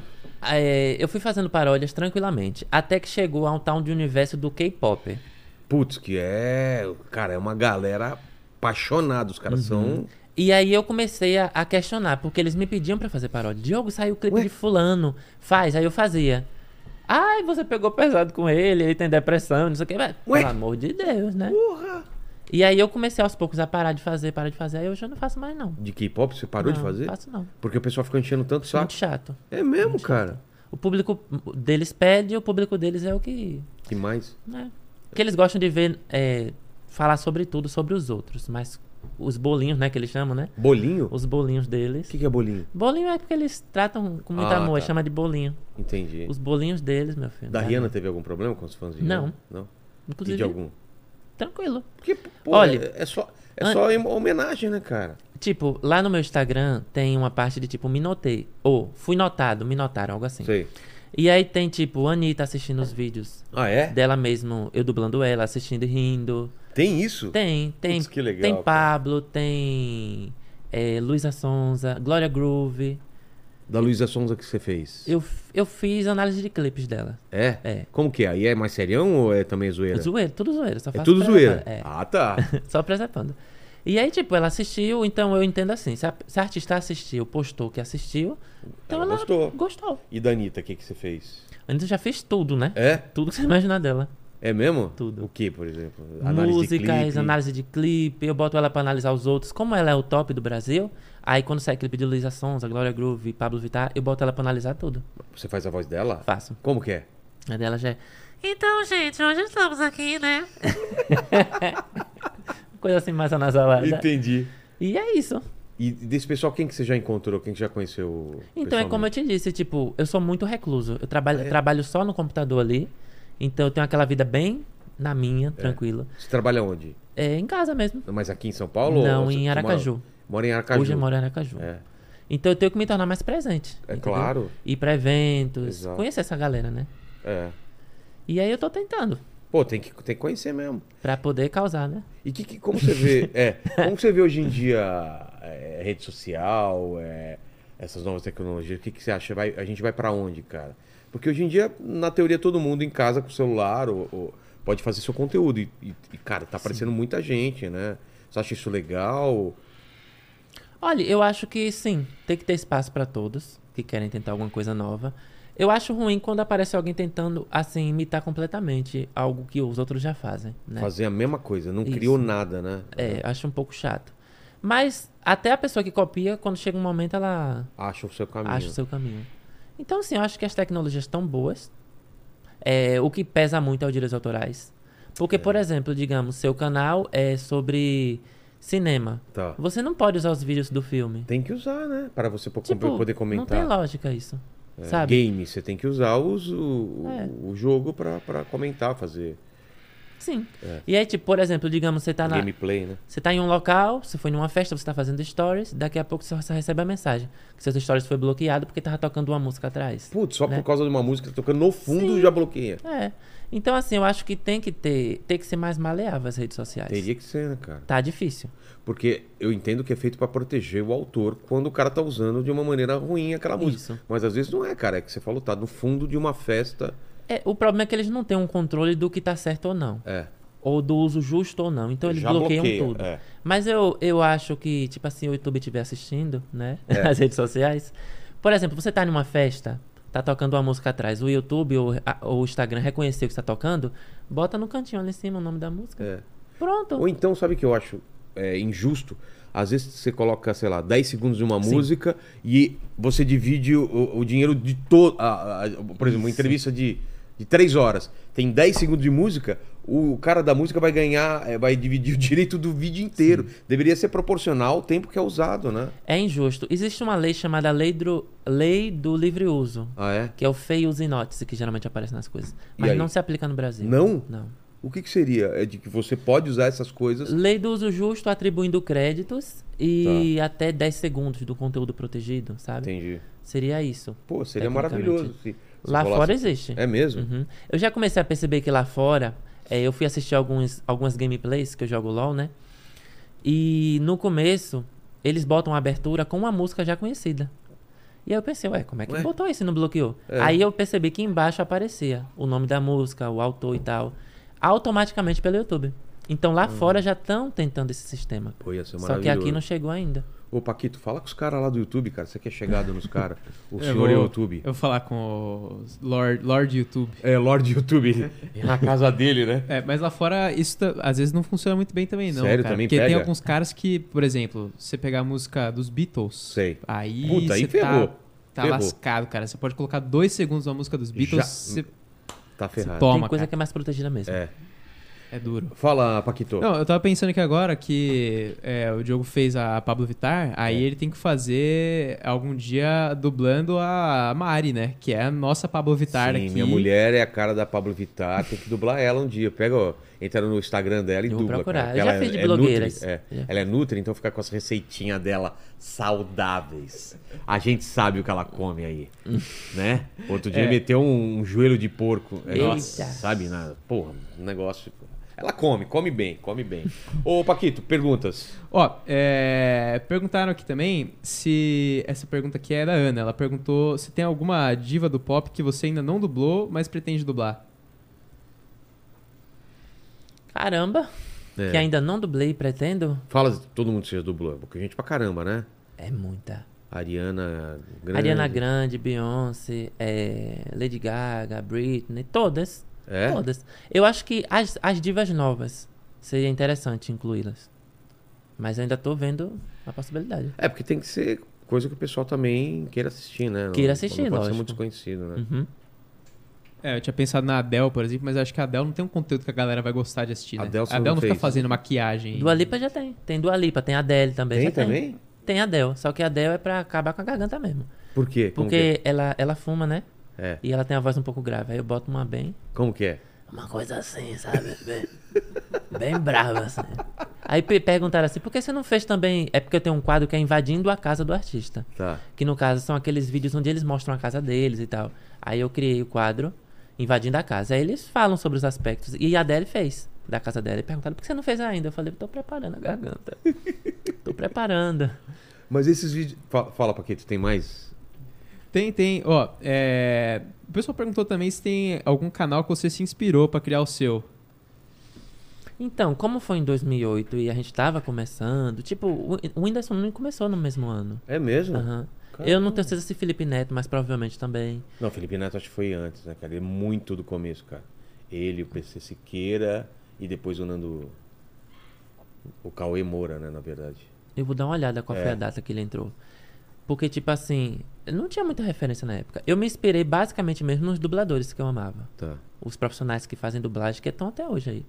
Speaker 3: é, eu fui fazendo paródias tranquilamente, até que chegou a um tal de universo do K-pop.
Speaker 1: Putz, que é. Cara, é uma galera apaixonada. Os caras são.
Speaker 3: E aí eu comecei a, a questionar, porque eles me pediam pra fazer paródia. Diogo, saiu o clipe de fulano, faz. Aí eu fazia. Ai, você pegou pesado com ele, ele tem depressão, não sei o que.
Speaker 1: Ué?
Speaker 3: Pelo amor de Deus, né?
Speaker 1: Porra!
Speaker 3: E aí eu comecei aos poucos a parar de fazer, parar de fazer. Aí hoje eu não faço mais, não.
Speaker 1: De K-pop, você parou de
Speaker 3: Não,
Speaker 1: fazer?
Speaker 3: Não faço, não.
Speaker 1: Porque o pessoal fica enchendo tanto
Speaker 3: Muito
Speaker 1: saco.
Speaker 3: chato.
Speaker 1: É mesmo, cara.
Speaker 3: O público deles pede, o público deles é o que.
Speaker 1: Que mais?
Speaker 3: Né? Que eles gostam de ver. é, falar sobre tudo, sobre os outros. Mas os bolinhos, né, que eles chamam, né?
Speaker 1: Bolinho? O
Speaker 3: Os bolinhos deles.
Speaker 1: que, que é bolinho?
Speaker 3: Bolinho é porque eles tratam com muito
Speaker 1: Ah,
Speaker 3: amor,
Speaker 1: tá.
Speaker 3: chama de bolinho.
Speaker 1: Entendi.
Speaker 3: Os bolinhos deles, meu filho.
Speaker 1: Da
Speaker 3: né?
Speaker 1: Rihanna teve algum problema com os fãs de Rihanna? Não. E
Speaker 3: Inclusive,
Speaker 1: de algum?
Speaker 3: tranquilo.
Speaker 1: Porque, pô,
Speaker 3: Olha-
Speaker 1: é, é só, é só em- homenagem, né, cara?
Speaker 3: Tipo, lá no meu Instagram tem uma parte de tipo, me notei. Ou fui notado, me notaram, algo assim.
Speaker 1: Sei.
Speaker 3: E aí tem tipo, Anitta assistindo os vídeos
Speaker 1: Ah, é?
Speaker 3: dela mesmo, eu dublando ela, assistindo e rindo.
Speaker 1: Tem isso?
Speaker 3: Tem, tem.
Speaker 1: Putz, que legal,
Speaker 3: tem
Speaker 1: cara.
Speaker 3: Pablo, tem é, Luísa Sonza, Glória Groove.
Speaker 1: Da Luísa Sonza que você fez.
Speaker 3: Eu, eu fiz análise de clipes dela.
Speaker 1: É?
Speaker 3: É.
Speaker 1: Como que é? Aí é mais serião ou é também zoeira?
Speaker 3: Zoeira, tudo zoeira. Só
Speaker 1: É
Speaker 3: faço
Speaker 1: tudo
Speaker 3: pra-
Speaker 1: zoeira.
Speaker 3: É.
Speaker 1: Ah, tá.
Speaker 3: Só presepando. E aí, tipo, ela assistiu, então eu entendo assim. Se a, se a artista assistiu, postou que assistiu, então
Speaker 1: Ela
Speaker 3: ela,
Speaker 1: gostou.
Speaker 3: gostou.
Speaker 1: E da Anitta, o que, que você fez?
Speaker 3: Antes eu já fiz tudo, né?
Speaker 1: É?
Speaker 3: Tudo que você imaginar dela.
Speaker 1: É mesmo?
Speaker 3: Tudo.
Speaker 1: O que, por exemplo?
Speaker 3: Músicas,
Speaker 1: clipe?
Speaker 3: análise de clipe, eu boto ela pra analisar os outros. Como ela é o top do Brasil, aí quando sai clipe de Luísa Sonza, Glória Groove, Pablo Vittar, eu boto ela pra analisar tudo.
Speaker 1: Você faz a voz dela?
Speaker 3: Faço.
Speaker 1: Como que é?
Speaker 3: A dela já é.
Speaker 5: Então, gente, hoje estamos aqui, né?
Speaker 3: Coisa assim mais anasalada.
Speaker 1: Entendi.
Speaker 3: E é isso.
Speaker 1: E desse pessoal, quem que você já encontrou? Quem que já conheceu?
Speaker 3: Então é como eu te disse, tipo, eu sou muito recluso. Eu trabalho,
Speaker 1: É.
Speaker 3: trabalho só no computador ali. Então eu tenho aquela vida bem na minha,
Speaker 1: É.
Speaker 3: tranquila.
Speaker 1: pessoalmente? Você trabalha onde?
Speaker 3: É em casa mesmo.
Speaker 1: Mas aqui em São Paulo?
Speaker 3: Não,
Speaker 1: ou
Speaker 3: em
Speaker 1: você- você
Speaker 3: Aracaju.
Speaker 1: Mora, mora em Aracaju.
Speaker 3: Hoje eu moro em Aracaju.
Speaker 1: É.
Speaker 3: Então eu tenho que me tornar mais presente.
Speaker 1: É claro.
Speaker 3: Ir pra eventos,
Speaker 1: Exato.
Speaker 3: conhecer essa galera, né?
Speaker 1: É.
Speaker 3: E aí eu tô tentando.
Speaker 1: Pô, tem que, tem que conhecer mesmo.
Speaker 3: Pra poder causar, né?
Speaker 1: E que, que- como você vê, é, como você vê hoje em dia é, rede social, é, essas novas tecnologias, o que, que você acha? Vai- a gente vai pra onde, cara? Porque hoje em dia, na teoria, todo mundo em casa com o celular ou, ou pode fazer seu conteúdo. E, e- e, cara, tá aparecendo muita gente, né? Você acha isso legal?
Speaker 3: Olha, eu acho que sim, tem que ter espaço pra todos que querem tentar alguma coisa nova. Eu acho ruim quando aparece alguém tentando, assim, imitar completamente algo que os outros já fazem, né?
Speaker 1: Fazer a mesma coisa, não
Speaker 3: Isso.
Speaker 1: criou nada, né?
Speaker 3: É, acho um pouco chato. Mas até a pessoa que copia, quando chega um momento, ela
Speaker 1: Acha o seu caminho.
Speaker 3: acha o seu caminho. Então, assim, eu acho que as tecnologias estão boas. É, o que pesa muito é os direitos autorais.
Speaker 1: É.
Speaker 3: Porque, por exemplo, digamos, seu canal é sobre cinema.
Speaker 1: Tá.
Speaker 3: Você não pode usar os vídeos do filme.
Speaker 1: Tem que usar, né? Para você po-
Speaker 3: Tipo,
Speaker 1: poder
Speaker 3: não tem
Speaker 1: comentar.
Speaker 3: lógica isso.
Speaker 1: É,
Speaker 3: sabe? É.
Speaker 1: Game, você tem que usar os- o, o- o jogo pra pra comentar, fazer
Speaker 3: Sim.
Speaker 1: É.
Speaker 3: E aí, tipo, por exemplo, digamos, você tá na...
Speaker 1: gameplay, né?
Speaker 3: Você tá em um local, você foi numa festa, você tá fazendo stories, daqui a pouco você você recebe a mensagem que seus stories foi bloqueado porque tava tocando uma música atrás.
Speaker 1: Putz, só
Speaker 3: Né?
Speaker 1: por causa de uma música tocando no fundo
Speaker 3: Sim.
Speaker 1: já bloqueia.
Speaker 3: É. Então, assim, eu acho que tem que ter, tem que ser mais maleável as redes sociais.
Speaker 1: Teria que ser, né, cara?
Speaker 3: Tá difícil.
Speaker 1: Porque eu entendo que é feito pra proteger o autor quando o cara tá usando de uma maneira ruim aquela música.
Speaker 3: Isso.
Speaker 1: Mas às vezes não é, cara. É que você falou, tá no fundo de uma festa.
Speaker 3: É, o problema é que eles não têm um controle do que tá certo ou não.
Speaker 1: É.
Speaker 3: Ou do uso justo ou não. Então eles
Speaker 1: Já
Speaker 3: bloqueiam
Speaker 1: bloqueia,
Speaker 3: tudo.
Speaker 1: é.
Speaker 3: Mas eu, eu acho que, tipo assim, o YouTube estiver assistindo, né?
Speaker 1: É.
Speaker 3: As redes sociais. Por exemplo, você tá numa festa, tá tocando uma música atrás, o YouTube ou, a- ou o Instagram reconheceu que você tá tocando, bota no cantinho ali em cima o nome da música.
Speaker 1: É.
Speaker 3: Pronto.
Speaker 1: Ou então, sabe o que eu acho é, injusto? Às vezes você coloca, sei lá, 10 segundos de uma música e você divide o, o dinheiro de todo. Por exemplo, uma entrevista de, de 3 horas. Tem 10 segundos de música, o cara da música vai ganhar, é, vai dividir o direito do vídeo inteiro. Deveria ser proporcional ao tempo que é usado, né?
Speaker 3: É injusto. Existe uma lei chamada Lei do, lei do Livre Uso,
Speaker 1: Ah, é?
Speaker 3: que é o Fair Use Notice, que geralmente aparece nas coisas.
Speaker 1: aí?
Speaker 3: Mas não se aplica no Brasil.
Speaker 1: Não?
Speaker 3: Não.
Speaker 1: O que, que seria? É de que você pode usar essas coisas.
Speaker 3: Lei do uso justo atribuindo créditos e
Speaker 1: Tá.
Speaker 3: até 10 segundos do conteúdo protegido, sabe?
Speaker 1: Entendi.
Speaker 3: Seria isso.
Speaker 1: Pô, seria
Speaker 3: tecnicamente.
Speaker 1: maravilhoso. Se, se
Speaker 3: Lá
Speaker 1: rolasse-
Speaker 3: fora existe.
Speaker 1: É mesmo?
Speaker 3: Uhum. Eu já comecei a perceber que lá fora, é, eu fui assistir alguns, algumas gameplays que eu jogo LOL, né? E no começo, eles botam a abertura com uma música já conhecida. E aí eu pensei, ué, como é que
Speaker 1: Ué?
Speaker 3: botou isso e não bloqueou?
Speaker 1: É.
Speaker 3: Aí eu percebi que embaixo aparecia o nome da música, o autor e tal, automaticamente pelo YouTube. Então
Speaker 1: Hum.
Speaker 3: lá fora já estão tentando esse sistema.
Speaker 1: Pô, ia ser
Speaker 3: Só que
Speaker 1: maravilhoso.
Speaker 3: aqui não chegou ainda.
Speaker 1: Ô, Paquito, fala com os caras lá do YouTube, cara. Você que é chegado nos caras. O
Speaker 2: Eu
Speaker 1: senhor é
Speaker 2: vou-
Speaker 1: YouTube.
Speaker 2: Eu vou falar com o Lord, Lord YouTube.
Speaker 1: É, Lorde YouTube. É Na casa dele, né?
Speaker 2: É, mas lá fora isso tá- às vezes não funciona muito bem também, não.
Speaker 1: Sério?
Speaker 2: cara.
Speaker 1: Também
Speaker 2: Porque tem
Speaker 1: pega?
Speaker 2: alguns caras que, por exemplo, você pegar a música dos Beatles.
Speaker 1: Sei.
Speaker 2: Aí
Speaker 1: Puta, aí
Speaker 2: você
Speaker 1: ferrou.
Speaker 2: tá, tá
Speaker 1: Ferrou.
Speaker 2: lascado, cara. Você pode colocar dois segundos uma música dos
Speaker 1: Já-
Speaker 2: Beatles, você
Speaker 1: Tá ferrado.
Speaker 2: Toma,
Speaker 3: Tem coisa
Speaker 2: cara.
Speaker 3: que é mais protegida mesmo.
Speaker 1: É.
Speaker 2: é duro.
Speaker 1: Fala, Paquito.
Speaker 2: Não, eu tava pensando aqui agora que é, o Diogo fez a Pablo Vittar, aí
Speaker 1: É.
Speaker 2: ele tem que fazer algum dia dublando a Mari, né? Que é a nossa Pablo Vittar
Speaker 1: Sim,
Speaker 2: aqui.
Speaker 1: minha mulher é a cara da Pablo Vittar, tem que dublar ela um dia. Pega, ó, entra no Instagram dela e
Speaker 3: Eu vou
Speaker 1: dubla.
Speaker 3: procurar.
Speaker 1: cara, porque
Speaker 3: Eu já
Speaker 1: ela
Speaker 3: fiz de
Speaker 1: é
Speaker 3: blogueiras.
Speaker 1: Nutri, é.
Speaker 3: Já.
Speaker 1: Ela é nutri, então fica com as receitinhas dela saudáveis. A gente sabe o que ela come aí, né? Outro dia meteu um, um joelho de porco. É,
Speaker 3: É. Eita.
Speaker 1: nossa, sabe nada. Porra, um negócio... Ela come, come bem, come bem. Ô, Paquito, perguntas.
Speaker 2: Ó, é, perguntaram aqui também se. Essa pergunta aqui é da Ana. Ela perguntou se tem alguma diva do pop que você ainda não dublou, mas pretende dublar.
Speaker 3: Caramba!
Speaker 1: É.
Speaker 3: Que ainda não dublei e pretendo.
Speaker 1: Fala se todo mundo seja dublou, porque gente pra caramba, né?
Speaker 3: É muita.
Speaker 1: Ariana Grande.
Speaker 3: Ariana Grande, Beyoncé, é, Lady Gaga, Britney, todas.
Speaker 1: É?
Speaker 3: Todas. Eu acho que as, as divas novas seria interessante incluí-las. Mas eu ainda tô vendo a possibilidade.
Speaker 1: É, porque tem que ser coisa que o pessoal também queira assistir, né? Não-
Speaker 3: Queira assistir,
Speaker 1: Não pode ser
Speaker 3: lógico.
Speaker 1: muito desconhecido, né?
Speaker 3: Uhum.
Speaker 2: É, eu tinha pensado na Adele, por exemplo, mas eu acho que a Adele não tem um conteúdo que a galera vai gostar de assistir, né?
Speaker 1: Adele você
Speaker 2: a Adele
Speaker 1: não
Speaker 2: não fica
Speaker 1: fez.
Speaker 2: fazendo maquiagem.
Speaker 3: Dua Lipa já tem. Tem Dua Lipa, tem Adele também.
Speaker 1: Tem
Speaker 3: já
Speaker 1: também?
Speaker 3: Tem Adele. Só que a Adele é pra acabar com a garganta mesmo.
Speaker 1: Por quê? Como que
Speaker 3: Porque ela, ela fuma, né?
Speaker 1: é? é?
Speaker 3: E ela tem a voz um pouco grave. Aí eu boto uma bem.
Speaker 1: Como que é?
Speaker 3: Uma coisa assim, sabe? Bem, bem brava, assim. Aí pe- perguntaram assim, por que você não fez também... É porque eu tenho um quadro que é Invadindo a Casa do Artista.
Speaker 1: Tá.
Speaker 3: Que no caso são aqueles vídeos onde eles mostram a casa deles e tal. Aí eu criei o quadro Invadindo a Casa. Aí eles falam sobre os aspectos. E a Adele fez, da casa dela. E perguntaram, por que você não fez ainda? Eu falei, tô preparando a garganta. Tô preparando.
Speaker 1: Mas esses vídeos. Fala, fala Paquito, tem mais?
Speaker 2: Tem, tem. Ó, é... o pessoal perguntou também se tem algum canal que você se inspirou pra criar o seu.
Speaker 3: Então, como foi em 2008 e a gente tava começando... Tipo, o o Whindersson não começou no mesmo ano.
Speaker 1: É mesmo?
Speaker 3: Aham. Eu não tenho certeza se Felipe Neto, mas provavelmente também.
Speaker 1: Não, Felipe Neto acho que foi antes, né, cara? Ele é muito do começo, cara. Ele, o PC Siqueira e depois o Nando. O Cauê Moura, né, na verdade.
Speaker 3: Eu vou dar uma olhada qual foi a data que ele entrou. Porque, tipo assim, não tinha muita referência na época. Eu me inspirei basicamente mesmo nos dubladores que eu amava.
Speaker 1: Tá.
Speaker 3: Os profissionais que fazem dublagem, que estão até hoje aí.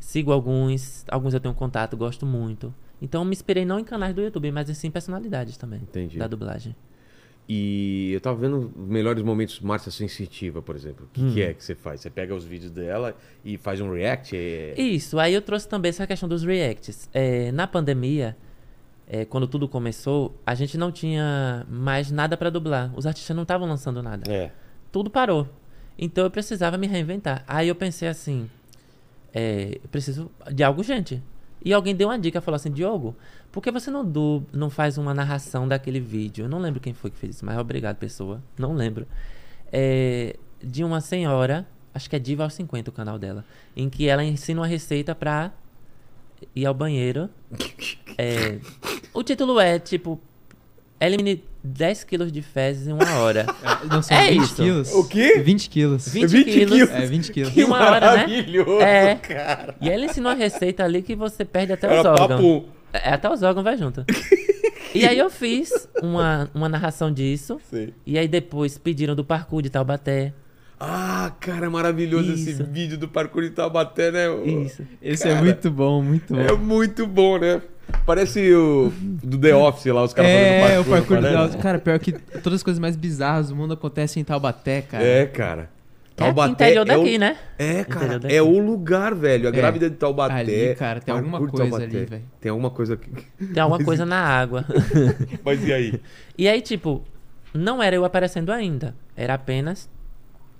Speaker 3: Sigo alguns, alguns eu tenho contato, gosto muito. Então eu me inspirei não em canais do YouTube, mas sim em personalidades também.
Speaker 1: Entendi.
Speaker 3: Da dublagem.
Speaker 1: E eu tava vendo os melhores momentos Márcia Sensitiva, por exemplo. O que,
Speaker 3: Hum.
Speaker 1: que é que você faz? Você pega os vídeos dela e faz um react? É...
Speaker 3: Isso, aí eu trouxe também essa questão dos reacts. É, na pandemia, é, quando tudo começou, a gente não tinha mais nada pra dublar. Os artistas não estavam lançando nada.
Speaker 1: é.
Speaker 3: Tudo parou. Então eu precisava me reinventar. Aí eu pensei assim: é, eu preciso de algo gente. E alguém deu uma dica, falou assim: Diogo, por que você não, du- não faz uma narração daquele vídeo? Eu não lembro quem foi que fez isso, mas é obrigado, pessoa. Não lembro. É, de uma senhora, acho que é Diva aos 50 o canal dela, em que ela ensina uma receita pra ir ao banheiro. É, o título é tipo: Elimine 10 quilos de fezes em uma hora.
Speaker 2: Não são
Speaker 3: É
Speaker 2: 20
Speaker 3: isso.
Speaker 2: quilos.
Speaker 1: O quê?
Speaker 2: 20 quilos.
Speaker 3: 20 quilos.
Speaker 2: É, 20 quilos.
Speaker 3: Que uma hora, né?
Speaker 1: Maravilhoso,
Speaker 3: É.
Speaker 1: cara.
Speaker 3: E ela ensinou uma receita ali que você perde até
Speaker 1: Era
Speaker 3: os órgãos.
Speaker 1: papo. um.
Speaker 3: É, até os órgãos vai junto. e aí eu fiz uma, uma narração disso.
Speaker 1: Sei.
Speaker 3: E aí depois pediram do parkour de Taubaté.
Speaker 1: Ah, cara, maravilhoso esse
Speaker 3: Isso.
Speaker 1: vídeo do parkour de Taubaté, né?
Speaker 3: Isso.
Speaker 2: Esse é muito bom, muito bom.
Speaker 1: É muito bom, né? Parece o do The Office lá, os caras
Speaker 2: É, o
Speaker 1: fazendo parkour.
Speaker 2: parkour
Speaker 1: não
Speaker 2: de
Speaker 1: parece?
Speaker 2: Cara, pior que todas as coisas mais bizarras do mundo acontecem em Taubaté, cara.
Speaker 1: É, cara. Taubaté
Speaker 3: interior
Speaker 1: é o-
Speaker 3: daqui, né?
Speaker 1: É, cara,
Speaker 3: Entendeu daqui?
Speaker 1: é o lugar, velho. A grávida de Taubaté.
Speaker 2: É. Ali, cara, tem alguma
Speaker 1: Parkour de
Speaker 2: coisa ali, velho.
Speaker 1: Tem alguma coisa aqui.
Speaker 3: Tem alguma é coisa na água.
Speaker 1: Mas e aí?
Speaker 3: E aí, tipo, não era eu aparecendo ainda. Era apenas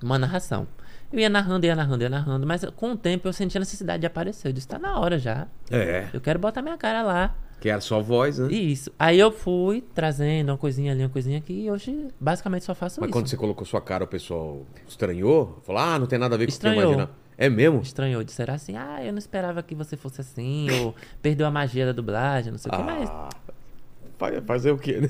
Speaker 3: uma narração. Eu ia narrando, ia narrando, ia narrando, mas com o tempo eu senti a necessidade de aparecer. Eu disse, tá na hora já.
Speaker 1: É,
Speaker 3: Eu quero botar minha cara lá.
Speaker 1: que era só voz, né?
Speaker 3: E isso. Aí eu fui trazendo uma coisinha ali, uma coisinha aqui, e hoje basicamente só faço
Speaker 1: Mas
Speaker 3: isso.
Speaker 1: quando você colocou sua cara, o pessoal estranhou? Falou, ah, não tem nada a ver com o que
Speaker 3: Estranhou.
Speaker 1: eu imaginava. É mesmo?
Speaker 3: Estranhou, disseram assim, ah, eu não esperava que você fosse assim, ou perdeu a magia da dublagem, não sei o que, mas
Speaker 1: Ah, fa- fazer o quê, né?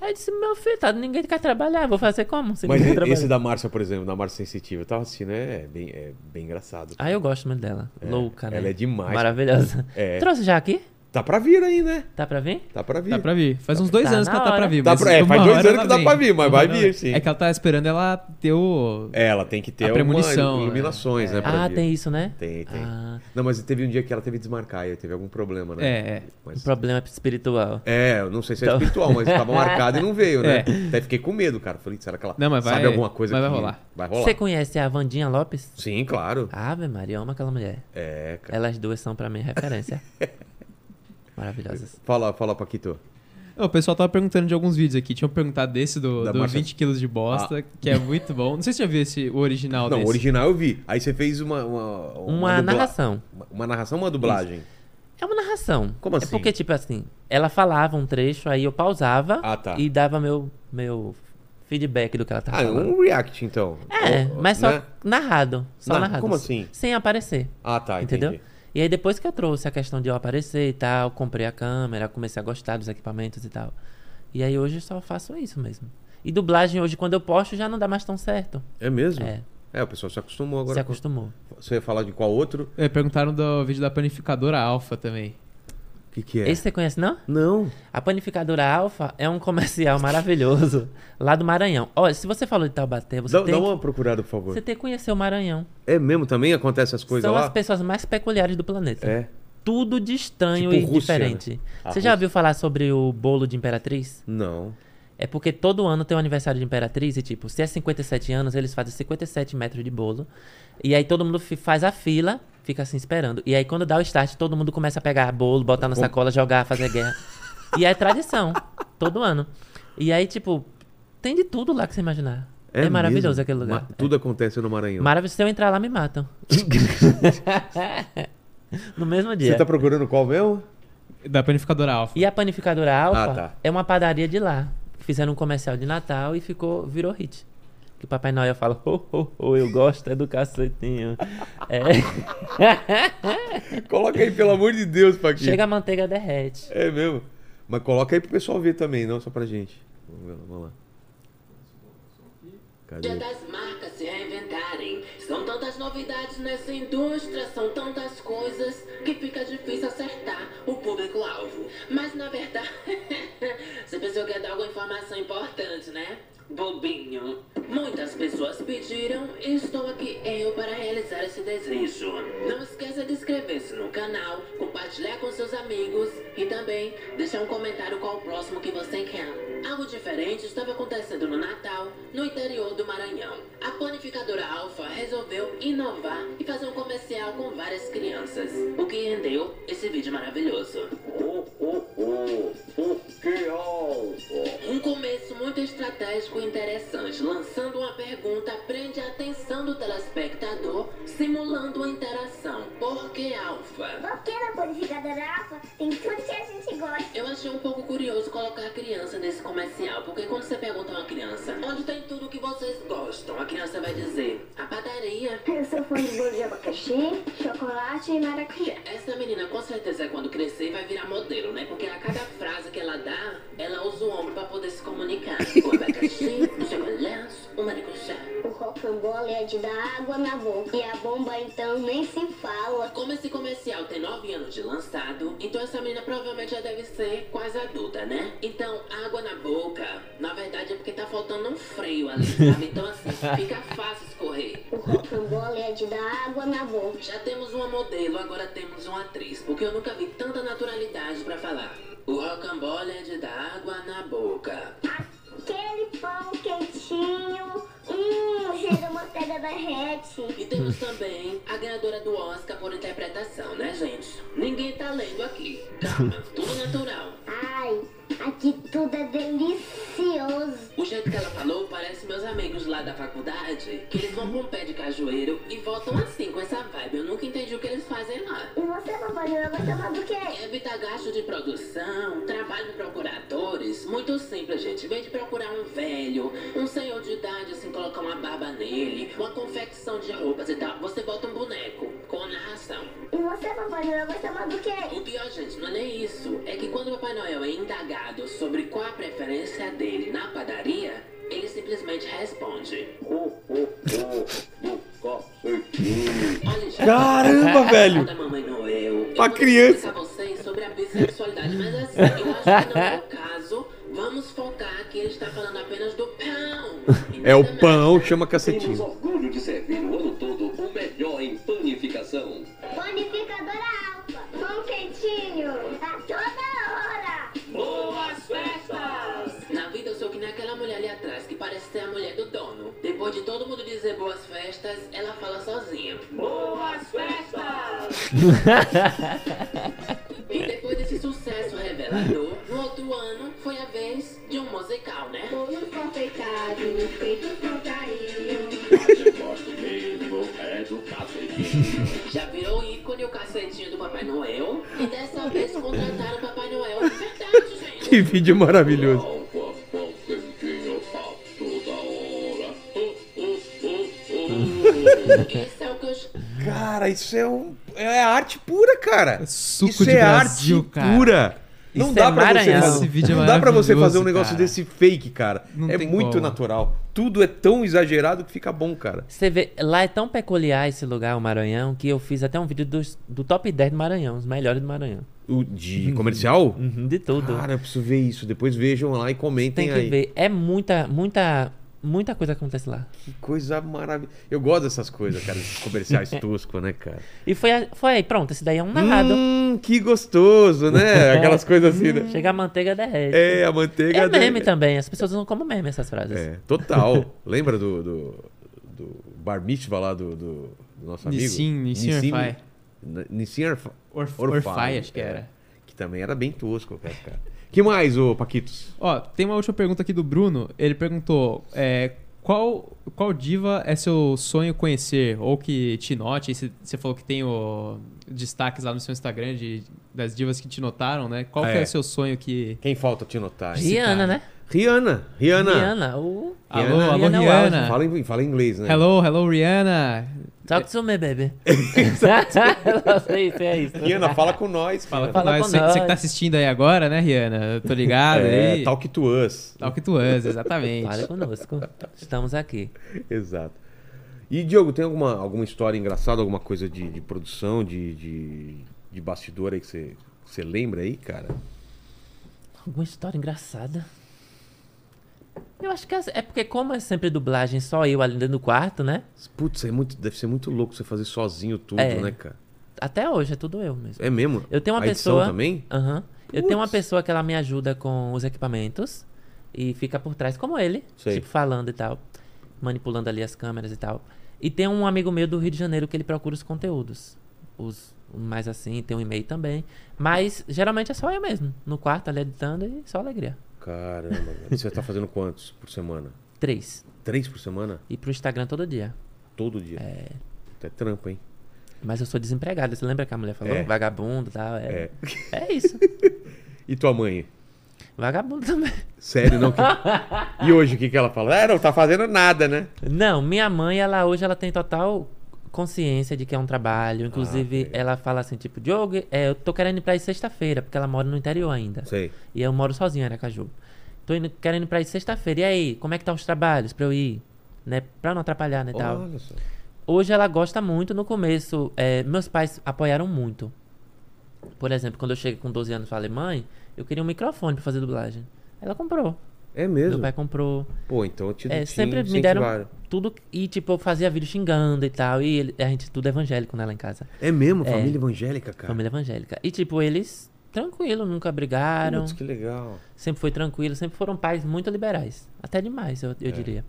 Speaker 3: Aí eu disse, meu filho, tá, ninguém quer trabalhar, vou fazer como? Se
Speaker 1: Mas
Speaker 3: ninguém quer
Speaker 1: esse
Speaker 3: trabalhar.
Speaker 1: da Márcia, por exemplo, da Márcia Sensitiva, eu tava assistindo, é bem, é bem engraçado.
Speaker 3: Ah, eu gosto muito dela. Louca, né?
Speaker 1: ela é demais.
Speaker 3: Maravilhosa.
Speaker 1: É.
Speaker 3: Trouxe já aqui?
Speaker 1: Tá pra vir aí, né?
Speaker 3: Tá pra vir?
Speaker 1: Tá pra vir.
Speaker 2: Tá pra vir. Faz uns dois
Speaker 3: Tá
Speaker 2: anos
Speaker 3: na
Speaker 2: que ela tá
Speaker 3: hora.
Speaker 2: pra vir.
Speaker 1: Tá
Speaker 2: mas
Speaker 1: pra- é,
Speaker 2: uma
Speaker 1: faz dois
Speaker 2: hora
Speaker 1: anos
Speaker 2: ela
Speaker 1: que dá
Speaker 2: vem.
Speaker 1: pra vir, mas
Speaker 2: Uma
Speaker 1: vai
Speaker 2: hora
Speaker 1: vir,
Speaker 2: ela-
Speaker 1: sim.
Speaker 2: É que ela tá esperando ela ter o...
Speaker 1: É, Ela tem que ter
Speaker 2: A
Speaker 1: alguma
Speaker 2: premonição, né?
Speaker 1: iluminações, né? pra
Speaker 3: ah,
Speaker 1: vir.
Speaker 3: tem isso, né?
Speaker 1: Tem, tem.
Speaker 3: Ah,
Speaker 1: Não, mas teve um dia que ela teve que desmarcar e aí teve algum problema, né?
Speaker 2: É, é.
Speaker 3: um
Speaker 1: Mas-
Speaker 3: problema espiritual.
Speaker 1: É, eu não sei se é
Speaker 3: Então-
Speaker 1: espiritual, mas tava marcado e não veio, né?
Speaker 2: É.
Speaker 1: Até fiquei com medo, cara. Falei, será que ela
Speaker 2: Não, mas vai-
Speaker 1: sabe alguma coisa
Speaker 2: mas
Speaker 1: que
Speaker 2: vai rolar. Ah.
Speaker 1: Vai rolar.
Speaker 3: Você conhece a Vandinha Lopes?
Speaker 1: Sim, claro.
Speaker 3: Ave Maria, eu amo aquela mulher.
Speaker 1: É, cara.
Speaker 3: Elas duas são pra mim referência. Maravilhosas.
Speaker 1: Fala, fala, Paquito.
Speaker 2: Ô, O pessoal tava perguntando de alguns vídeos aqui. Tinham perguntado desse do,
Speaker 1: Da
Speaker 2: do
Speaker 1: Marcia-
Speaker 2: 20 quilos de bosta, que é muito bom. Não sei se você já viu esse, o original
Speaker 1: não, o
Speaker 2: desse.
Speaker 1: original eu vi. Aí você fez uma. Uma, uma
Speaker 3: Uma
Speaker 1: dubla-
Speaker 3: narração.
Speaker 1: Uma, uma narração, uma dublagem.
Speaker 3: É uma narração.
Speaker 1: Como assim?
Speaker 3: É porque, tipo assim, ela falava um trecho, aí eu pausava
Speaker 1: Ah, tá.
Speaker 3: e dava meu, meu feedback do que ela tava
Speaker 1: Ah, é
Speaker 3: tá falando.
Speaker 1: um react, então.
Speaker 3: É,
Speaker 1: Ou-
Speaker 3: mas só
Speaker 1: né?
Speaker 3: narrado. Só
Speaker 1: Não,
Speaker 3: narrado.
Speaker 1: como assim?
Speaker 3: Sem aparecer.
Speaker 1: Ah, tá, entendi.
Speaker 3: Entendeu? E aí depois que eu trouxe a questão de eu aparecer e tal, comprei a câmera, comecei a gostar dos equipamentos e tal. E aí hoje eu só faço isso mesmo. E dublagem hoje, quando eu posto, já não dá mais tão certo.
Speaker 1: É mesmo?
Speaker 3: É.
Speaker 1: É, o pessoal se acostumou
Speaker 3: Se
Speaker 1: agora.
Speaker 3: acostumou.
Speaker 1: Você ia falar de qual outro?
Speaker 2: É, perguntaram do vídeo da panificadora Alpha também.
Speaker 1: O que, que é?
Speaker 3: Esse você conhece, não?
Speaker 1: Não.
Speaker 3: A panificadora Alfa é um comercial maravilhoso lá do Maranhão. Olha, se você falou de Taubaté, você
Speaker 1: Dá, um
Speaker 3: tem
Speaker 1: dá
Speaker 3: que-
Speaker 1: uma procurada, por favor.
Speaker 3: você tem que conhecer o Maranhão.
Speaker 1: É mesmo? Também acontece essas coisas
Speaker 3: São
Speaker 1: lá?
Speaker 3: as pessoas mais peculiares do planeta.
Speaker 1: É.
Speaker 3: Tudo de estranho
Speaker 1: Tipo
Speaker 3: e
Speaker 1: Rússia,
Speaker 3: diferente.
Speaker 1: né?
Speaker 3: Você
Speaker 1: A
Speaker 3: já
Speaker 1: Rússia.
Speaker 3: ouviu falar sobre o bolo de Imperatriz?
Speaker 1: Não.
Speaker 3: É porque todo ano tem o aniversário de Imperatriz e, tipo, se é 57 anos, eles fazem 57 metros de bolo. E aí todo mundo fi- faz a fila, fica assim esperando. E aí quando dá o start, todo mundo começa a pegar bolo, botar na sacola, jogar, fazer guerra. E é tradição, todo ano. E aí, tipo, tem de tudo lá que você imaginar. É,
Speaker 1: mesmo?
Speaker 3: maravilhoso aquele lugar. É.
Speaker 1: Ma- tudo acontece no Maranhão.
Speaker 3: Maravilhoso. Se eu entrar lá, me matam. no mesmo dia.
Speaker 1: Você tá procurando qual mesmo?
Speaker 2: Da panificadora Alpha.
Speaker 3: E a panificadora Alfa
Speaker 1: Ah, tá.
Speaker 3: é uma padaria de lá. Fizeram um comercial de Natal e ficou, virou hit. Que o Papai Noel fala, ho, ho, ho, eu gosto é do cacetinho. É.
Speaker 1: Coloca aí, pelo amor de Deus, Paquinho.
Speaker 3: Chega a manteiga derrete.
Speaker 1: É mesmo. Mas coloca aí pro pessoal ver também, não só pra gente. Vamos ver, vamos lá. Cadê?
Speaker 4: Dia das marcas se reinventarem. São tantas novidades nessa indústria, são tantas coisas que fica difícil acertar o público-alvo. Mas na verdade, você pensou que ia dar alguma informação importante, né? Bobinho. Muitas pessoas pediram e estou aqui eu para realizar esse desejo. Não esqueça de inscrever-se no canal, compartilhar com seus amigos e também deixar um comentário qual o próximo que você quer. Algo diferente estava acontecendo no Natal, no interior do Maranhão. A panificadora Alfa resolveu inovar e fazer um comercial com várias crianças, o que rendeu esse vídeo maravilhoso. Um começo muito estratégico e interessante, lançando uma pergunta, prende a atenção do telespectador, simulando uma interação. Por que Alfa?
Speaker 6: Por que na purificadora alfa tem tudo que a gente gosta?
Speaker 4: Eu achei um pouco curioso colocar criança nesse comercial, porque quando você pergunta a uma criança onde tem tudo que vocês gostam, a criança vai dizer a padaria.
Speaker 6: Eu sou fã de bolo de abacaxi, chocolate e maracujá.
Speaker 4: Essa menina com certeza quando crescer vai virar modelo, né? Porque a cada frase que ela dá, ela usa o ombro pra poder se comunicar. O abacaxi, o chocolate, o maracujá.
Speaker 6: O rocambole é de dar água na boca. E a bomba então nem se fala.
Speaker 4: Como esse comercial tem 9 anos de lançado, então essa menina provavelmente já deve ser quase adulta, né? Então, água na boca, na verdade é porque tá faltando um freio ali, sabe? Então assim, fica fácil escorrer.
Speaker 6: O rocambole é de dar água na boca.
Speaker 4: Já temos uma modelo, agora temos uma atriz, porque eu nunca vi tanta naturalidade pra falar. O rocambole é de dar água na boca.
Speaker 6: Aquele pão quentinho, hum, cheiro a manteiga derrete.
Speaker 4: E temos também a ganhadora do Oscar por interpretação, né, gente? Ninguém tá lendo aqui. Calma, tudo natural.
Speaker 6: Ai, aqui tudo é delicioso.
Speaker 4: O jeito que ela falou parece meus amigos lá da faculdade, que eles vão com o pé de cajueiro e voltam assim com essa vibe. Eu nunca entendi o que eles fazem lá.
Speaker 6: E você, papai, Noel, vai chamar do quê?
Speaker 4: Evita gasto de produção, trabalho de procuradores. Muito simples, gente. Em vez de procurar um velho, um senhor de idade, assim, colocar uma barba nele, uma confecção de roupas e tal, você bota um boneco com narração.
Speaker 6: E você, papai, Noel, vai chamar do quê?
Speaker 4: O pior, gente, não é nem isso. É que quando o Papai Noel é indagado sobre qual a preferência dele na padaria, ele simplesmente responde. Olha, gente,
Speaker 7: Caramba, velho!
Speaker 4: da Mamãe Noel, eu
Speaker 7: Pra
Speaker 4: vou
Speaker 7: criança.
Speaker 4: explicar a vocês sobre a bissexualidade, mas assim, eu acho que não é o caso. Vamos focar que ele está falando apenas do pão. E
Speaker 1: É o
Speaker 4: nada
Speaker 1: pão,
Speaker 4: mais.
Speaker 1: chama cacetinho.
Speaker 8: orgulho de servir o ano todo o melhor em panificação.
Speaker 6: Panificadora Alfa. Pão quentinho. tá A toda
Speaker 4: Boas festas! Na vida eu sou que nem aquela mulher ali atrás, que parece ser a mulher do dono. Depois de todo mundo dizer boas festas, ela fala sozinha. Boas festas! e depois desse sucesso revelador, no outro ano foi a vez de um musical, né?
Speaker 6: hora. Bolo confeitado, feito com carinho.
Speaker 8: Eu gosto mesmo, é do cafezinho.
Speaker 4: Já virou ícone o cacetinho do Papai Noel. E dessa vez contrataram o Papai Noel de verdade, gente.
Speaker 1: Que vídeo maravilhoso.
Speaker 8: Alfa, pão quentinho, a toda hora.
Speaker 4: Esse é o que eu chamo
Speaker 1: Cara, isso é, um, é arte pura, cara.
Speaker 2: Suco
Speaker 1: isso
Speaker 2: de
Speaker 1: é
Speaker 2: Brasil,
Speaker 1: arte
Speaker 2: cara.
Speaker 1: pura. Não
Speaker 3: Isso
Speaker 1: dá
Speaker 3: é
Speaker 1: pra você
Speaker 3: Maranhão.
Speaker 1: fazer,
Speaker 2: Esse vídeo é
Speaker 1: não dá pra você fazer um
Speaker 2: maravilhoso,
Speaker 1: negócio
Speaker 2: cara.
Speaker 1: desse fake, cara.
Speaker 2: Não
Speaker 1: é
Speaker 2: tem
Speaker 1: muito
Speaker 2: como.
Speaker 1: natural. Tudo é tão exagerado que fica bom, cara.
Speaker 3: Você vê, lá é tão peculiar esse lugar, o Maranhão, que eu fiz até um vídeo dos- do top 10 do Maranhão, os melhores do Maranhão.
Speaker 1: O de comercial?
Speaker 3: De tudo.
Speaker 1: Uhum. Cara, eu preciso ver isso. Depois vejam lá e comentem
Speaker 3: Tem que
Speaker 1: aí.
Speaker 3: ver. É muita, muita, muita coisa que acontece lá.
Speaker 1: Que coisa maravilhosa. Eu gosto dessas coisas, cara. Esses comerciais toscos, né, cara?
Speaker 3: E foi, a- foi aí, pronto, esse daí é um narrado.
Speaker 1: Hum, que gostoso, né? Aquelas coisas assim, né?
Speaker 3: Chega a manteiga derrete.
Speaker 1: É, a manteiga
Speaker 3: É meme
Speaker 1: dele.
Speaker 3: também, as pessoas não comem meme essas frases.
Speaker 1: É, total. Lembra do, do, do bar mitzvah lá do, do, do nosso amigo?
Speaker 2: Nissin- Nissin Orfai.
Speaker 1: N- Nissin Orfa-
Speaker 2: Orf-
Speaker 1: Orfai, é.
Speaker 2: Orfai, acho que era.
Speaker 1: Que também era bem tosco, cara. cara. que mais, ô Paquitos?
Speaker 2: Ó, tem uma última pergunta aqui do Bruno. Ele perguntou: é, qual, qual diva é seu sonho conhecer? Ou que te note? Você você falou que tem o, destaques lá no seu Instagram de, das divas que te notaram, né? Qual que
Speaker 1: É.
Speaker 2: é o seu sonho que.
Speaker 1: Quem falta te notar? hein?
Speaker 3: Rihanna, né?
Speaker 1: Rihanna. Rihanna.
Speaker 3: Rihanna. o-
Speaker 2: Alô,
Speaker 1: Rihanna.
Speaker 2: alô,
Speaker 3: Rihanna é o
Speaker 2: Rihanna.
Speaker 1: Fala, em, fala em inglês, né?
Speaker 2: Hello, hello, Rihanna.
Speaker 3: Talk to me, baby. não sei se é isso.
Speaker 1: Rihanna, fala com nós. Fala
Speaker 2: Fala
Speaker 3: Fala
Speaker 2: com
Speaker 3: com
Speaker 2: nós. Você que tá
Speaker 3: nós.
Speaker 2: assistindo aí agora, né, Rihanna? Eu tô ligado
Speaker 1: É,
Speaker 2: aí.
Speaker 1: talk to us.
Speaker 2: Talk to us, exatamente.
Speaker 3: Fale conosco. Estamos aqui.
Speaker 1: Exato. E, Diogo, tem alguma, alguma história engraçada, alguma coisa de, de produção, de, de, de bastidor aí que você, que você lembra aí, cara?
Speaker 3: Alguma história engraçada. Eu acho que é é porque, como é sempre dublagem, só eu ali dentro do quarto, né?
Speaker 1: Putz, é muito, deve ser muito louco você fazer sozinho tudo,
Speaker 3: É.
Speaker 1: né, cara?
Speaker 3: Até hoje é tudo eu mesmo.
Speaker 1: É mesmo?
Speaker 3: Eu tenho uma
Speaker 1: A edição
Speaker 3: pessoa.
Speaker 1: também?
Speaker 3: Aham. Eu tenho uma
Speaker 1: Putz.
Speaker 3: pessoa que ela me ajuda com os equipamentos e fica por trás, como ele,
Speaker 1: Sei.
Speaker 3: tipo falando e tal, manipulando ali as câmeras e tal. E tem um amigo meu do Rio de Janeiro que ele procura os conteúdos. Os mais assim, tem um e-mail também. Mas geralmente é só eu mesmo, no quarto ali editando e só alegria.
Speaker 1: Caramba, velho. Você tá fazendo quantos por semana?
Speaker 3: Três.
Speaker 1: Três por semana?
Speaker 3: E pro Instagram todo dia.
Speaker 1: Todo dia? É. Até trampa, hein?
Speaker 3: Mas eu sou desempregado, você lembra que a mulher falou?
Speaker 1: É.
Speaker 3: Vagabundo e tal. É,
Speaker 1: É.
Speaker 3: é isso.
Speaker 1: E tua mãe?
Speaker 3: Vagabundo também.
Speaker 1: Sério, não? que- e hoje o que, que ela fala? É, não tá fazendo nada, né?
Speaker 3: Não, minha mãe, ela hoje ela tem total consciência de que é um trabalho.
Speaker 1: Ah,
Speaker 3: Inclusive, ela fala assim, tipo, Diogo, é, eu tô querendo ir pra ir sexta-feira, porque ela mora no interior ainda.
Speaker 1: Sei.
Speaker 3: E eu moro sozinho em Aracaju. Tô indo, querendo ir pra ir sexta-feira. E aí, como é que tá os trabalhos pra eu ir? Né? Pra não atrapalhar, né, e tal.
Speaker 1: Olha só.
Speaker 3: Hoje ela gosta muito. No começo, é, meus pais apoiaram muito. Por exemplo, quando eu cheguei com 12 anos e falei, mãe, eu queria um microfone pra fazer dublagem. Ela comprou.
Speaker 1: É
Speaker 3: Meu
Speaker 1: mesmo?
Speaker 3: pai comprou.
Speaker 1: Pô, então eu te,
Speaker 3: É,
Speaker 1: te
Speaker 3: sempre me
Speaker 1: incentivaram.
Speaker 3: deram tudo e tipo, eu fazia vídeo xingando e tal. E ele- a gente tudo evangélico, né, lá em casa.
Speaker 1: É mesmo?
Speaker 3: É.
Speaker 1: Família evangélica, cara?
Speaker 3: Família evangélica. E tipo, eles tranquilo, nunca brigaram.
Speaker 1: Putz, que legal. É.
Speaker 3: Sempre foi tranquilo, sempre foram pais muito liberais. Até demais, eu, eu diria.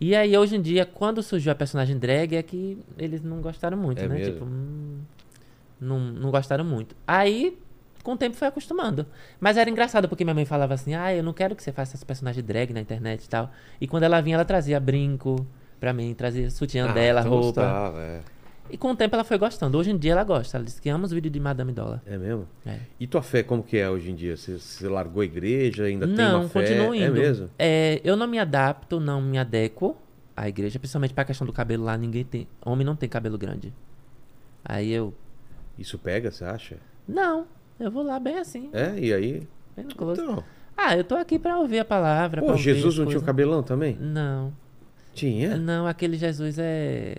Speaker 3: E aí, hoje em dia, quando surgiu a personagem drag, é que eles não gostaram muito,
Speaker 1: É
Speaker 3: né?
Speaker 1: mesmo?
Speaker 3: Tipo, hum, não, não gostaram muito. Aí, com o tempo, foi acostumando. Mas era engraçado, porque minha mãe falava assim, ah, eu não quero que você faça essa personagem drag na internet e tal. E quando ela vinha, ela trazia brinco pra mim, trazia sutiã dela,
Speaker 1: então
Speaker 3: roupa.
Speaker 1: gostava, é.
Speaker 3: E com o tempo ela foi gostando. Hoje em dia ela gosta. Ela disse que ama os vídeos de Madame Dollar.
Speaker 1: É mesmo?
Speaker 3: É.
Speaker 1: E tua fé como que é hoje em dia? Você, você largou a igreja, ainda tem
Speaker 3: não,
Speaker 1: uma fé?
Speaker 3: continuo indo.
Speaker 1: É mesmo?
Speaker 3: É, eu não me adapto, não me adequo à igreja, principalmente pra questão do cabelo lá, ninguém tem. Homem não tem cabelo grande. Aí eu.
Speaker 1: Isso pega, você acha?
Speaker 3: Não, eu vou lá bem assim.
Speaker 1: É, e aí?
Speaker 3: Bem no close.
Speaker 1: Então,
Speaker 3: Ah, eu tô aqui pra ouvir a palavra. pra
Speaker 1: pô,
Speaker 3: ouvir
Speaker 1: Jesus
Speaker 3: as
Speaker 1: não tinha um É? o
Speaker 3: coisas. Hum.
Speaker 1: cabelão também?
Speaker 3: Não.
Speaker 1: Tinha?
Speaker 3: Não, aquele Jesus é.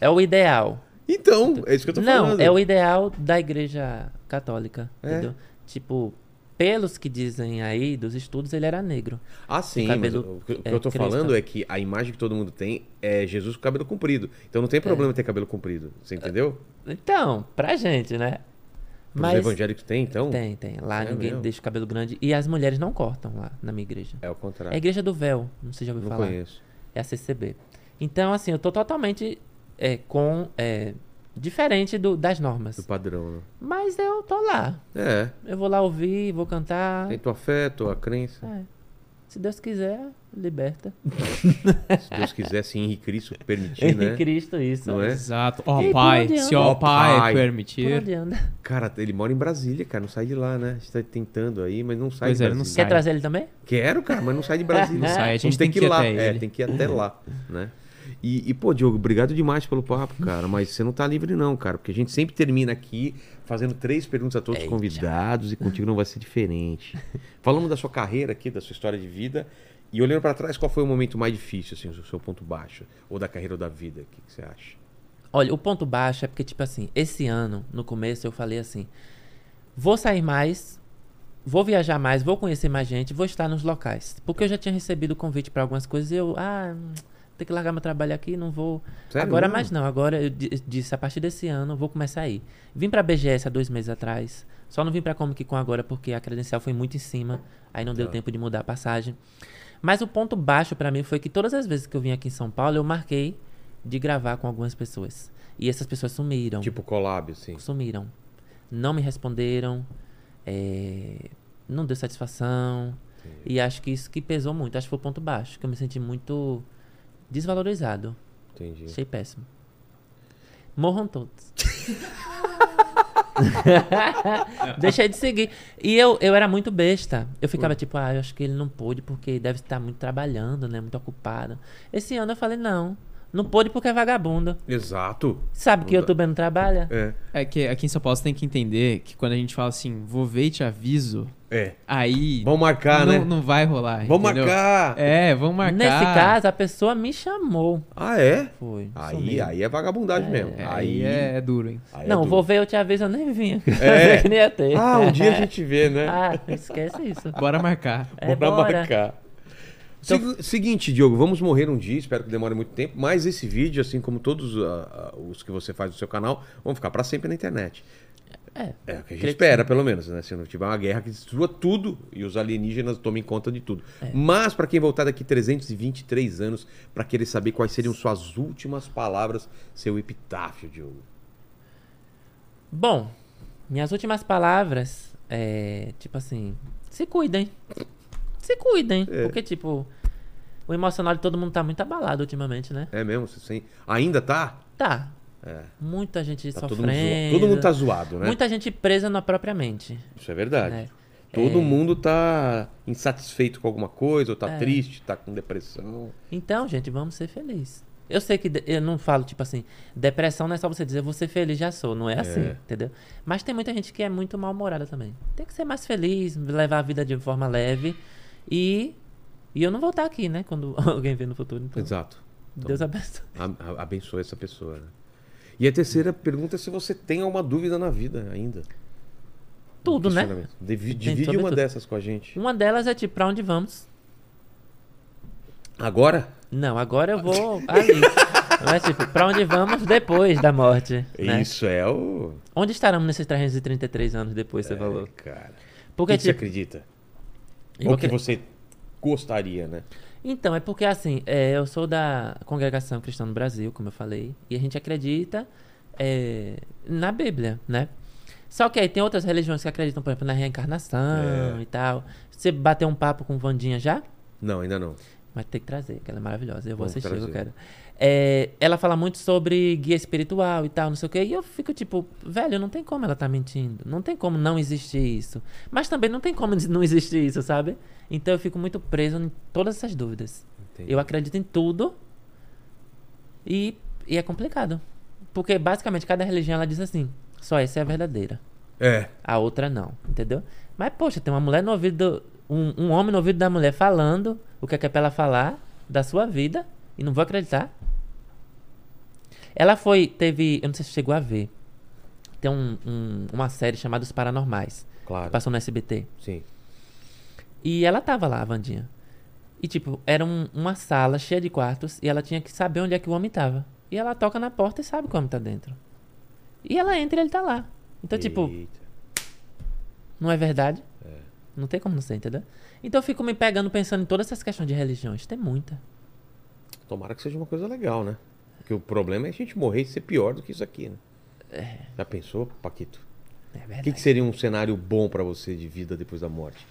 Speaker 3: É o ideal.
Speaker 1: Então, é isso que eu tô
Speaker 3: não,
Speaker 1: falando.
Speaker 3: é o ideal da igreja católica.
Speaker 1: É.
Speaker 3: Entendeu? Tipo, pelos que dizem aí dos estudos, ele era negro.
Speaker 1: Ah, sim,
Speaker 3: o
Speaker 1: mas
Speaker 3: cabelo
Speaker 1: o que o que
Speaker 3: é
Speaker 1: eu tô
Speaker 3: cresta.
Speaker 1: falando é que a imagem que todo mundo tem é Jesus com cabelo comprido. Então
Speaker 3: É.
Speaker 1: não tem problema ter cabelo comprido, você entendeu?
Speaker 3: Então, pra gente, né?
Speaker 1: Os
Speaker 3: Mas
Speaker 1: evangélicos têm, então?
Speaker 3: tem, tem. Lá
Speaker 1: É
Speaker 3: ninguém
Speaker 1: mesmo?
Speaker 3: deixa o cabelo grande. E as mulheres não cortam lá na minha igreja.
Speaker 1: É o
Speaker 3: É
Speaker 1: contrário.
Speaker 3: a igreja do véu, não sei se já ouviu
Speaker 1: não
Speaker 3: falar.
Speaker 1: conheço.
Speaker 3: É a CCB. Então, assim, eu tô totalmente é, com. é, diferente do- das
Speaker 1: Do
Speaker 3: normas.
Speaker 1: padrão, né?
Speaker 3: Mas eu tô lá.
Speaker 1: É,
Speaker 3: Eu vou lá ouvir, vou cantar.
Speaker 1: tem tua fé, tua crença.
Speaker 3: É. Se Deus quiser, liberta.
Speaker 1: Se Deus quisesse em Cristo permitir,
Speaker 3: Em
Speaker 1: né?
Speaker 3: Cristo, isso.
Speaker 1: Não é?
Speaker 2: Exato. Ó
Speaker 3: E por
Speaker 2: pai,
Speaker 3: onde
Speaker 2: se
Speaker 3: anda?
Speaker 2: ó
Speaker 1: Ó
Speaker 2: pai
Speaker 1: pai.
Speaker 3: Por
Speaker 2: permitir.
Speaker 3: onde anda?
Speaker 1: Cara, ele mora em Brasília, cara. Não sai de lá, né? A gente tá tentando aí, mas não sai
Speaker 2: Pois
Speaker 1: de
Speaker 2: é, ele
Speaker 1: Brasília.
Speaker 2: não sai.
Speaker 3: Quer trazer ele também?
Speaker 1: Quero, cara, mas não sai de Brasília.
Speaker 2: Não sai, a gente
Speaker 1: Vamos ter
Speaker 2: tem que ir
Speaker 1: ir lá.
Speaker 2: até
Speaker 1: é,
Speaker 2: ele.
Speaker 1: tem que ir até lá, né? E, e, pô, Diogo, obrigado demais pelo papo, cara. Mas você não tá livre, não, cara. Porque a gente sempre termina aqui fazendo três perguntas a
Speaker 2: É,
Speaker 1: todos os convidados e contigo não vai ser diferente. Falamos da sua carreira aqui, da sua história de vida. E olhando pra trás, qual foi o momento mais difícil, assim, o seu ponto baixo? Ou da carreira ou da vida? O que, que você acha?
Speaker 3: Olha, o ponto baixo é porque, tipo assim, esse ano, no começo, eu falei assim: vou sair mais, vou viajar mais, vou conhecer mais gente, vou estar nos locais. Porque eu já tinha recebido convite pra algumas coisas e eu, ah, hum, tem que largar meu trabalho aqui, não vou.
Speaker 1: Sério
Speaker 3: agora
Speaker 1: mesmo?
Speaker 3: mais não, agora eu di- disse: a partir desse ano, eu vou começar a ir. Vim pra BGS há dois meses atrás, só não vim pra Comic Con agora porque a credencial foi muito em cima, aí não
Speaker 1: Tá.
Speaker 3: deu tempo de mudar a passagem. Mas o ponto baixo pra mim foi que todas as vezes que eu vim aqui em São Paulo, eu marquei de gravar com algumas pessoas. E essas pessoas sumiram.
Speaker 1: Tipo collab, assim.
Speaker 3: Sumiram. Não me responderam. é, Não deu satisfação. E acho que isso que pesou muito. Acho que foi o ponto baixo. Que eu me senti muito desvalorizado.
Speaker 1: Entendi.
Speaker 3: Achei péssimo. Morram todos. Deixei de seguir. E eu, eu era muito besta. Eu ficava tipo, ah, eu acho que ele não pôde porque deve estar muito trabalhando, né? Muito ocupado. Esse ano eu falei, não. Não pôde porque é vagabundo.
Speaker 1: Exato.
Speaker 3: Sabe que
Speaker 1: Não dá.
Speaker 3: youtuber não trabalha?
Speaker 1: É.
Speaker 2: É que aqui em São Paulo você tem que entender que quando a gente fala assim, vou ver e te aviso,
Speaker 1: É.
Speaker 2: aí
Speaker 1: Vamos marcar,
Speaker 2: não,
Speaker 1: né?
Speaker 2: não vai rolar.
Speaker 1: Vamos
Speaker 2: entendeu?
Speaker 1: marcar!
Speaker 2: É, vamos marcar.
Speaker 3: Nesse caso, a pessoa me chamou.
Speaker 1: Ah, é?
Speaker 3: Foi.
Speaker 1: Aí,
Speaker 3: sumiu.
Speaker 1: aí é vagabundagem mesmo.
Speaker 2: É,
Speaker 1: aí
Speaker 2: aí é, é duro, hein?
Speaker 1: aí é
Speaker 3: não,
Speaker 1: duro.
Speaker 3: vou ver, eu te aviso, eu nem vinha.
Speaker 1: É.
Speaker 3: Eu nem ia ter.
Speaker 1: Ah, um dia a gente vê, né?
Speaker 3: Ah, esquece isso.
Speaker 2: Bora marcar.
Speaker 3: É,
Speaker 1: Bora
Speaker 3: bora. Então
Speaker 1: marcar. Segu- Seguinte, Diogo, vamos morrer um dia, espero que demore muito tempo, mas esse vídeo, assim como todos ah, ah, os que você faz no seu canal, vão ficar pra sempre na internet.
Speaker 3: É.
Speaker 1: É o que a gente
Speaker 3: Creio que
Speaker 1: espera, pelo menos, né? Se não tiver uma guerra que destrua tudo e os alienígenas tomem conta de tudo.
Speaker 3: É.
Speaker 1: Mas, pra quem voltar daqui 323 anos, pra querer saber quais seriam suas últimas palavras, seu epitáfio, Diogo.
Speaker 3: Bom, minhas últimas palavras é tipo assim: se cuidem. Se cuidem.
Speaker 1: É.
Speaker 3: Porque, tipo, o emocional de todo mundo tá muito abalado ultimamente, né?
Speaker 1: É mesmo? Você sem- Ainda tá?
Speaker 3: Tá. Muita gente
Speaker 1: Tá todo, mundo zoado.
Speaker 3: sofrendo.
Speaker 1: todo mundo tá zoado, né?
Speaker 3: Muita gente presa na própria mente.
Speaker 1: Isso é verdade.
Speaker 3: né?
Speaker 1: Todo mundo tá insatisfeito com alguma coisa, ou tá
Speaker 3: É.
Speaker 1: triste, tá com depressão.
Speaker 3: Então, gente, vamos ser felizes. Eu sei que de- eu não falo, tipo assim, depressão não é só você dizer você feliz já sou, não é assim, entendeu? Mas tem muita gente que é muito mal-humorada também. Tem que ser mais feliz, levar a vida de forma leve. E, e eu não vou estar aqui, né? Quando alguém vê no futuro. Então,
Speaker 1: Exato.
Speaker 3: Deus abençoe.
Speaker 1: A- a- Abençoa essa pessoa, né? E a terceira pergunta é se você tem alguma dúvida na vida ainda.
Speaker 3: Tudo, né?
Speaker 1: Questionamento. Divi-
Speaker 3: Tem
Speaker 1: divide
Speaker 3: sobre
Speaker 1: uma
Speaker 3: tudo.
Speaker 1: dessas com a gente.
Speaker 3: Uma delas é tipo, pra onde vamos?
Speaker 1: Agora?
Speaker 3: Não, agora eu vou ali. Mas tipo, pra onde vamos depois da morte? Né?
Speaker 1: Isso é o.
Speaker 3: Onde estaremos nesses 333 anos depois, você falou?
Speaker 1: Cara. O
Speaker 3: Porque,
Speaker 1: É. que, que você
Speaker 3: tipo,
Speaker 1: acredita?
Speaker 3: eu
Speaker 1: Ou que
Speaker 3: acre-
Speaker 1: você gostaria, né?
Speaker 3: Então, é porque assim, é, eu sou da Congregação Cristã no Brasil, como eu falei, e a gente acredita é, na Bíblia, né? Só que aí tem outras religiões que acreditam, por exemplo, na reencarnação
Speaker 1: É.
Speaker 3: e tal. Você bateu um papo com Vandinha já?
Speaker 1: Não, ainda não.
Speaker 3: Mas tem que trazer, que ela é maravilhosa. Eu vou
Speaker 1: Vamos
Speaker 3: assistir, eu
Speaker 1: trazer.
Speaker 3: quero. É, ela fala muito sobre guia espiritual e tal, não sei o quê. E eu fico tipo, velho, não tem como ela tá mentindo. Não tem como não existir isso. Mas também não tem como não existir isso, sabe? Então eu fico muito preso em todas essas dúvidas.
Speaker 1: Entendi.
Speaker 3: Eu acredito em tudo. E, e é complicado. Porque basicamente cada religião ela diz assim: só essa é a verdadeira.
Speaker 1: É.
Speaker 3: A outra não, entendeu? Mas, poxa, tem uma mulher no ouvido. Um, um homem no ouvido da mulher falando o que é, que é pra ela falar da sua vida e não vou acreditar. Ela foi. Teve. Eu não sei se chegou a ver. Tem um- um- uma série chamada Os Paranormais.
Speaker 1: Claro.
Speaker 3: Que passou no SBT.
Speaker 1: Sim.
Speaker 3: E ela tava lá, a Vandinha. E, tipo, era um- uma sala cheia de quartos e ela tinha que saber onde é que o homem tava. E ela toca na porta e sabe que o homem tá dentro. E ela entra e ele tá lá. Então, tipo,
Speaker 1: Eita.
Speaker 3: não é verdade? Não tem como não ser, entendeu? Então eu fico me pegando pensando em todas essas questões de religiões. Tem muita.
Speaker 1: Tomara que seja uma coisa legal, né? Porque o problema é a gente morrer e ser pior do que isso aqui, né? Já pensou, Paquito?
Speaker 3: É
Speaker 1: O
Speaker 3: verdade.
Speaker 1: que, que seria um cenário bom pra você de vida depois da morte?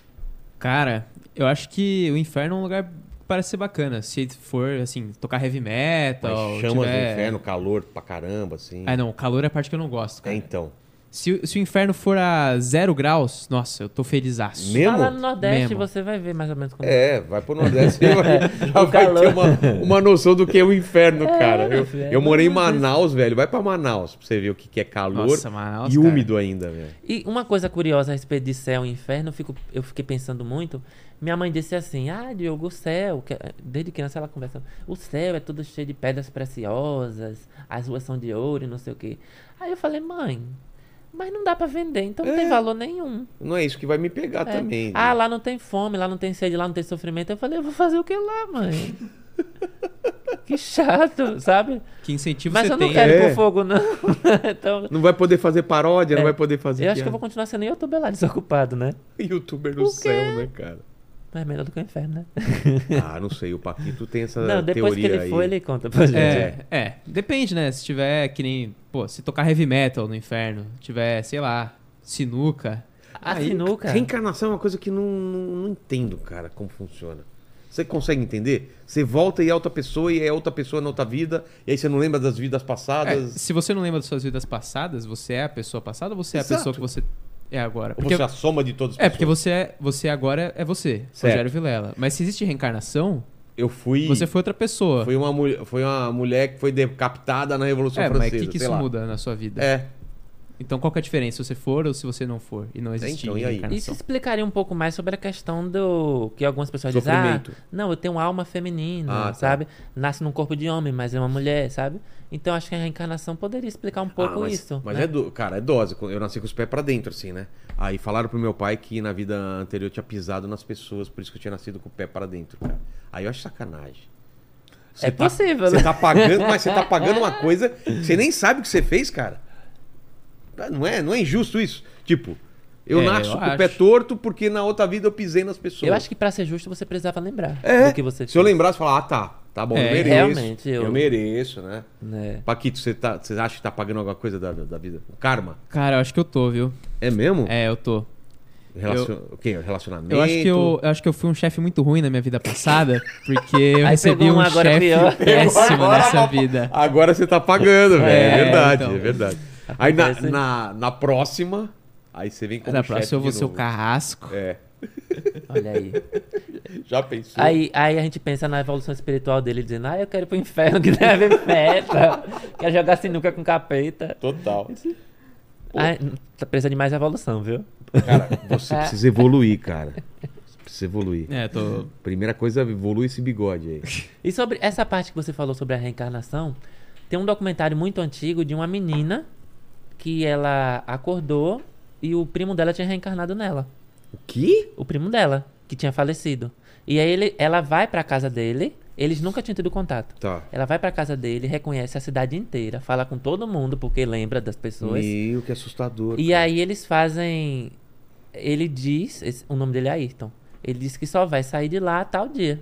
Speaker 2: Cara, eu acho que o inferno é um lugar que parece ser bacana. Se for, assim, tocar heavy
Speaker 1: Mas
Speaker 2: metal.
Speaker 1: chamas
Speaker 2: Então, tiver-
Speaker 1: do inferno, calor pra caramba, assim.
Speaker 2: Ah, não, o calor é a parte que eu não gosto,
Speaker 1: É,
Speaker 2: cara.
Speaker 1: então.
Speaker 2: Se, se o inferno for a zero graus, nossa, eu tô felizaço.
Speaker 1: Meu-
Speaker 3: Tá
Speaker 1: Mesmo?
Speaker 3: lá no Nordeste
Speaker 2: Mesmo.
Speaker 3: você vai ver mais ou menos como
Speaker 1: É, vai pro Nordeste e vai, já vai ter
Speaker 3: calor.
Speaker 1: uma, uma noção do que é o inferno, cara. Eu,
Speaker 3: filho, é
Speaker 1: eu morei em Manaus, velho. Vai pra Manaus pra você ver o que, que é calor
Speaker 2: Nossa, Manaus,
Speaker 1: e
Speaker 2: cara.
Speaker 1: úmido ainda, velho.
Speaker 3: E uma coisa curiosa a respeito de céu e inferno, eu, fico- eu fiquei pensando muito. Minha mãe disse assim: Ah, Diogo, o céu. que- Desde criança ela conversa: O céu é tudo cheio de pedras preciosas, as ruas são de ouro e não sei o quê. Aí eu falei: Mãe, mas não dá pra vender, então não tem valor nenhum.
Speaker 1: Não é isso que vai me pegar
Speaker 3: É.
Speaker 1: É, também.
Speaker 3: Ah,
Speaker 1: né?
Speaker 3: lá não tem fome, lá não tem sede, lá não tem sofrimento. Eu falei: Eu vou fazer o que lá, mãe? que chato, sabe?
Speaker 2: Que incentivo
Speaker 3: Mas
Speaker 2: você
Speaker 3: eu
Speaker 2: tem.
Speaker 3: não quero
Speaker 1: É.
Speaker 3: pôr fogo, não. então.
Speaker 1: Não vai poder fazer paródia, não vai poder fazer.
Speaker 3: É. Eu acho que eu vou
Speaker 1: piada.
Speaker 3: continuar sendo youtuber lá, desocupado, né?
Speaker 1: Youtuber do céu, né, cara?
Speaker 3: Mas é melhor do que o inferno, né?
Speaker 1: Ah, não sei. O Paquito tem essa
Speaker 3: Não, depois
Speaker 1: É,
Speaker 3: que
Speaker 1: teoria
Speaker 3: ele
Speaker 1: aí.
Speaker 3: foi, ele conta pra gente.
Speaker 2: É, é, depende, né? Se tiver que nem. Pô, se tocar heavy metal no inferno, tiver, sei lá, sinuca.
Speaker 3: A
Speaker 1: Aí,
Speaker 3: sinuca.
Speaker 1: Reencarnação é uma coisa que não, não, não entendo, cara, como funciona. Você consegue entender? Você volta e é outra pessoa, e é outra pessoa na outra vida, e aí você não lembra das vidas
Speaker 2: É,
Speaker 1: passadas,
Speaker 2: se você não lembra das suas vidas passadas, você é a pessoa passada ou você é a
Speaker 1: Exato.
Speaker 2: pessoa que você é agora?
Speaker 1: ou
Speaker 2: Porque-
Speaker 1: você é a soma de todas as
Speaker 2: é, porque
Speaker 1: pessoas.
Speaker 2: você, é, você agora é você,
Speaker 1: Certo.
Speaker 2: Rogério Vilela. Mas se existe reencarnação,
Speaker 1: Eu fui.
Speaker 2: você foi outra pessoa.
Speaker 1: Foi uma, mulher, foi uma mulher que foi decapitada na Revolução
Speaker 2: é, mas
Speaker 1: Francesa.
Speaker 2: o que, que
Speaker 1: sei
Speaker 2: isso
Speaker 1: lá.
Speaker 2: muda na sua vida?
Speaker 1: É,
Speaker 2: Então qual que é a diferença se você for ou se você não for e não existir
Speaker 1: então, e aí?
Speaker 3: Isso
Speaker 2: reencarnação?
Speaker 3: explicaria um pouco mais sobre a questão do. Que algumas pessoas dizem, ah,
Speaker 1: Sofrimento.
Speaker 3: não, eu tenho uma alma feminina,
Speaker 1: Ah, tá.
Speaker 3: sabe? Nasce num corpo de homem, mas é uma mulher, sabe? Então acho que a reencarnação poderia explicar um pouco
Speaker 1: Ah, mas,
Speaker 3: isso.
Speaker 1: Mas
Speaker 3: né?
Speaker 1: é do, cara, é dose. Eu nasci com os pés pra dentro, assim, né? Aí falaram pro meu pai que na vida anterior eu tinha pisado nas pessoas, por isso que eu tinha nascido com o pé pra dentro, cara. Aí eu acho sacanagem.
Speaker 3: É possível,
Speaker 1: Você
Speaker 3: né?
Speaker 1: tá pagando, mas você tá pagando uma coisa que você nem sabe o que você fez, cara. Não é, não é injusto isso. Tipo, eu
Speaker 2: É,
Speaker 1: nasço
Speaker 2: eu
Speaker 1: com o pé
Speaker 2: acho.
Speaker 1: torto porque na outra vida eu pisei nas pessoas.
Speaker 3: Eu acho que pra ser justo você precisava lembrar
Speaker 1: é.
Speaker 3: do que você fez.
Speaker 1: Se eu lembrar, você fala, ah, tá, tá bom,
Speaker 2: É,
Speaker 1: eu mereço.
Speaker 3: realmente,
Speaker 1: eu...
Speaker 3: eu-
Speaker 1: mereço, né?
Speaker 3: Né?
Speaker 1: Paquito, você, tá, você acha que tá pagando alguma coisa da, da vida? Karma?
Speaker 2: Cara, eu acho que eu tô, viu?
Speaker 1: É mesmo?
Speaker 2: É, eu tô.
Speaker 1: Relacion... O quê? Relacionamento?
Speaker 2: Eu acho, que eu, eu acho que eu fui um chefe muito ruim na minha vida passada, porque eu
Speaker 3: Aí
Speaker 2: recebi
Speaker 3: pegou um
Speaker 2: um
Speaker 3: agora pior.
Speaker 2: chefe péssimo nessa vida.
Speaker 1: Agora você tá pagando, velho. É
Speaker 2: É,
Speaker 1: verdade,
Speaker 2: então. né?
Speaker 1: é verdade. Aí na,
Speaker 3: Acontece.
Speaker 1: na, na próxima, aí você vem com
Speaker 2: Na próxima eu vou ser o carrasco.
Speaker 1: É,
Speaker 3: Olha aí.
Speaker 1: já pensou?
Speaker 3: aí. Aí a gente pensa na evolução espiritual dele, dizendo, ah, eu quero ir pro inferno, que deve festa. quero jogar sinuca com capeta.
Speaker 1: Total.
Speaker 3: Ai, tá precisa de mais evolução, viu?
Speaker 1: Cara, você precisa evoluir, cara. Você precisa evoluir.
Speaker 2: É, tô.
Speaker 1: Primeira coisa, evolui esse bigode aí.
Speaker 3: E sobre essa parte que você falou sobre a reencarnação, tem um documentário muito antigo de uma menina que ela acordou e o primo dela tinha reencarnado nela.
Speaker 1: O quê?
Speaker 3: O primo dela, que tinha falecido. E aí ele, ela vai pra casa dele, eles nunca tinham tido contato.
Speaker 1: Tá.
Speaker 3: Ela vai pra casa dele, reconhece a cidade inteira, fala com todo mundo porque lembra das pessoas.
Speaker 1: Meu, que assustador.
Speaker 3: E
Speaker 1: cara.
Speaker 3: aí eles fazem. Ele diz. esse- o nome dele é Ayrton. Ele disse que só vai sair de lá tal dia.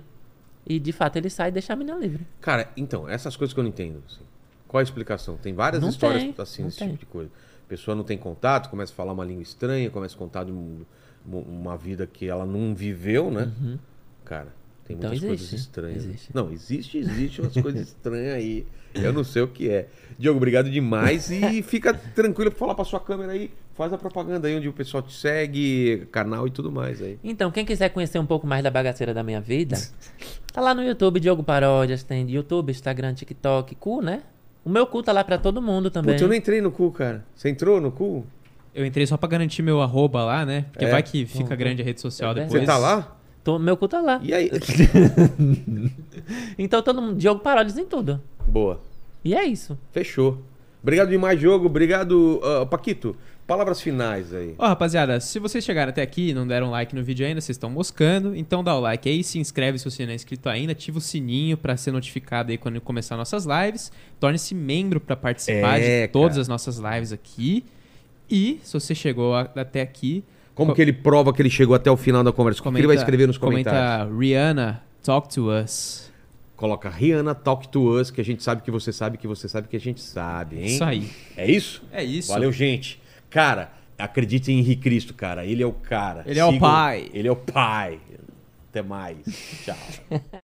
Speaker 3: E de fato ele sai e deixa a menina livre.
Speaker 1: Cara, então, essas coisas que eu não entendo. assim. Qual a explicação? Tem várias
Speaker 3: Não
Speaker 1: histórias
Speaker 3: tem,
Speaker 1: assim,
Speaker 3: não
Speaker 1: desse
Speaker 3: tem.
Speaker 1: tipo de coisa. A pessoa não tem contato, começa a falar uma língua estranha, começa a contar de um- um- uma vida que ela não viveu, né? Cara, tem
Speaker 3: Uhum. Então
Speaker 1: muitas
Speaker 3: existe,
Speaker 1: coisas estranhas. né?
Speaker 3: existe.
Speaker 1: Não, existe, existe umas coisas estranhas aí. Eu não sei o que é. Diogo, obrigado demais e fica tranquilo pra falar pra sua câmera aí. Faz a propaganda aí onde o pessoal te segue, canal e tudo mais aí.
Speaker 3: Então, quem quiser conhecer um pouco mais da bagaceira da minha vida, tá lá no YouTube, Diogo Paródias, tem YouTube, Instagram, TikTok, cu, né? O meu cu tá lá pra todo mundo também.
Speaker 1: Putz, eu não entrei no cu, cara. Você entrou no cu?
Speaker 2: Eu entrei só pra garantir meu arroba lá, né? Porque
Speaker 1: É.
Speaker 2: vai que fica grande a rede social
Speaker 3: É
Speaker 2: depois.
Speaker 1: Você tá lá?
Speaker 3: Tô- meu cu tá lá.
Speaker 1: E aí?
Speaker 3: Então todo mundo, Diogo Paródias em tudo.
Speaker 1: Boa.
Speaker 3: E é isso.
Speaker 1: Fechou. Obrigado demais, Diogo. Obrigado, ah, Paquito. Palavras finais aí.
Speaker 2: Ó, rapaziada, se vocês chegaram até aqui e não deram like no vídeo ainda, vocês estão moscando, então dá o like aí, se inscreve se você não é inscrito ainda, ativa o sininho pra ser notificado aí quando começar nossas lives, torne-se membro pra participar
Speaker 1: É,
Speaker 2: de todas
Speaker 1: cara.
Speaker 2: as nossas lives aqui. E se você chegou a- até aqui,
Speaker 1: Como
Speaker 2: co-
Speaker 1: que ele prova que ele chegou até o final da conversa? O que que ele vai escrever nos comentários?
Speaker 2: Comenta Rihanna, talk to us.
Speaker 1: Coloca Rihanna Talk to Us, que a gente sabe que você sabe que você sabe que a gente sabe, hein?
Speaker 2: Isso aí.
Speaker 1: É isso?
Speaker 2: É isso.
Speaker 1: Valeu, gente. Cara, acredite em Henrique Cristo, cara. Ele é o cara.
Speaker 2: Ele é o pai.
Speaker 1: Ele é o pai. Até mais. Tchau.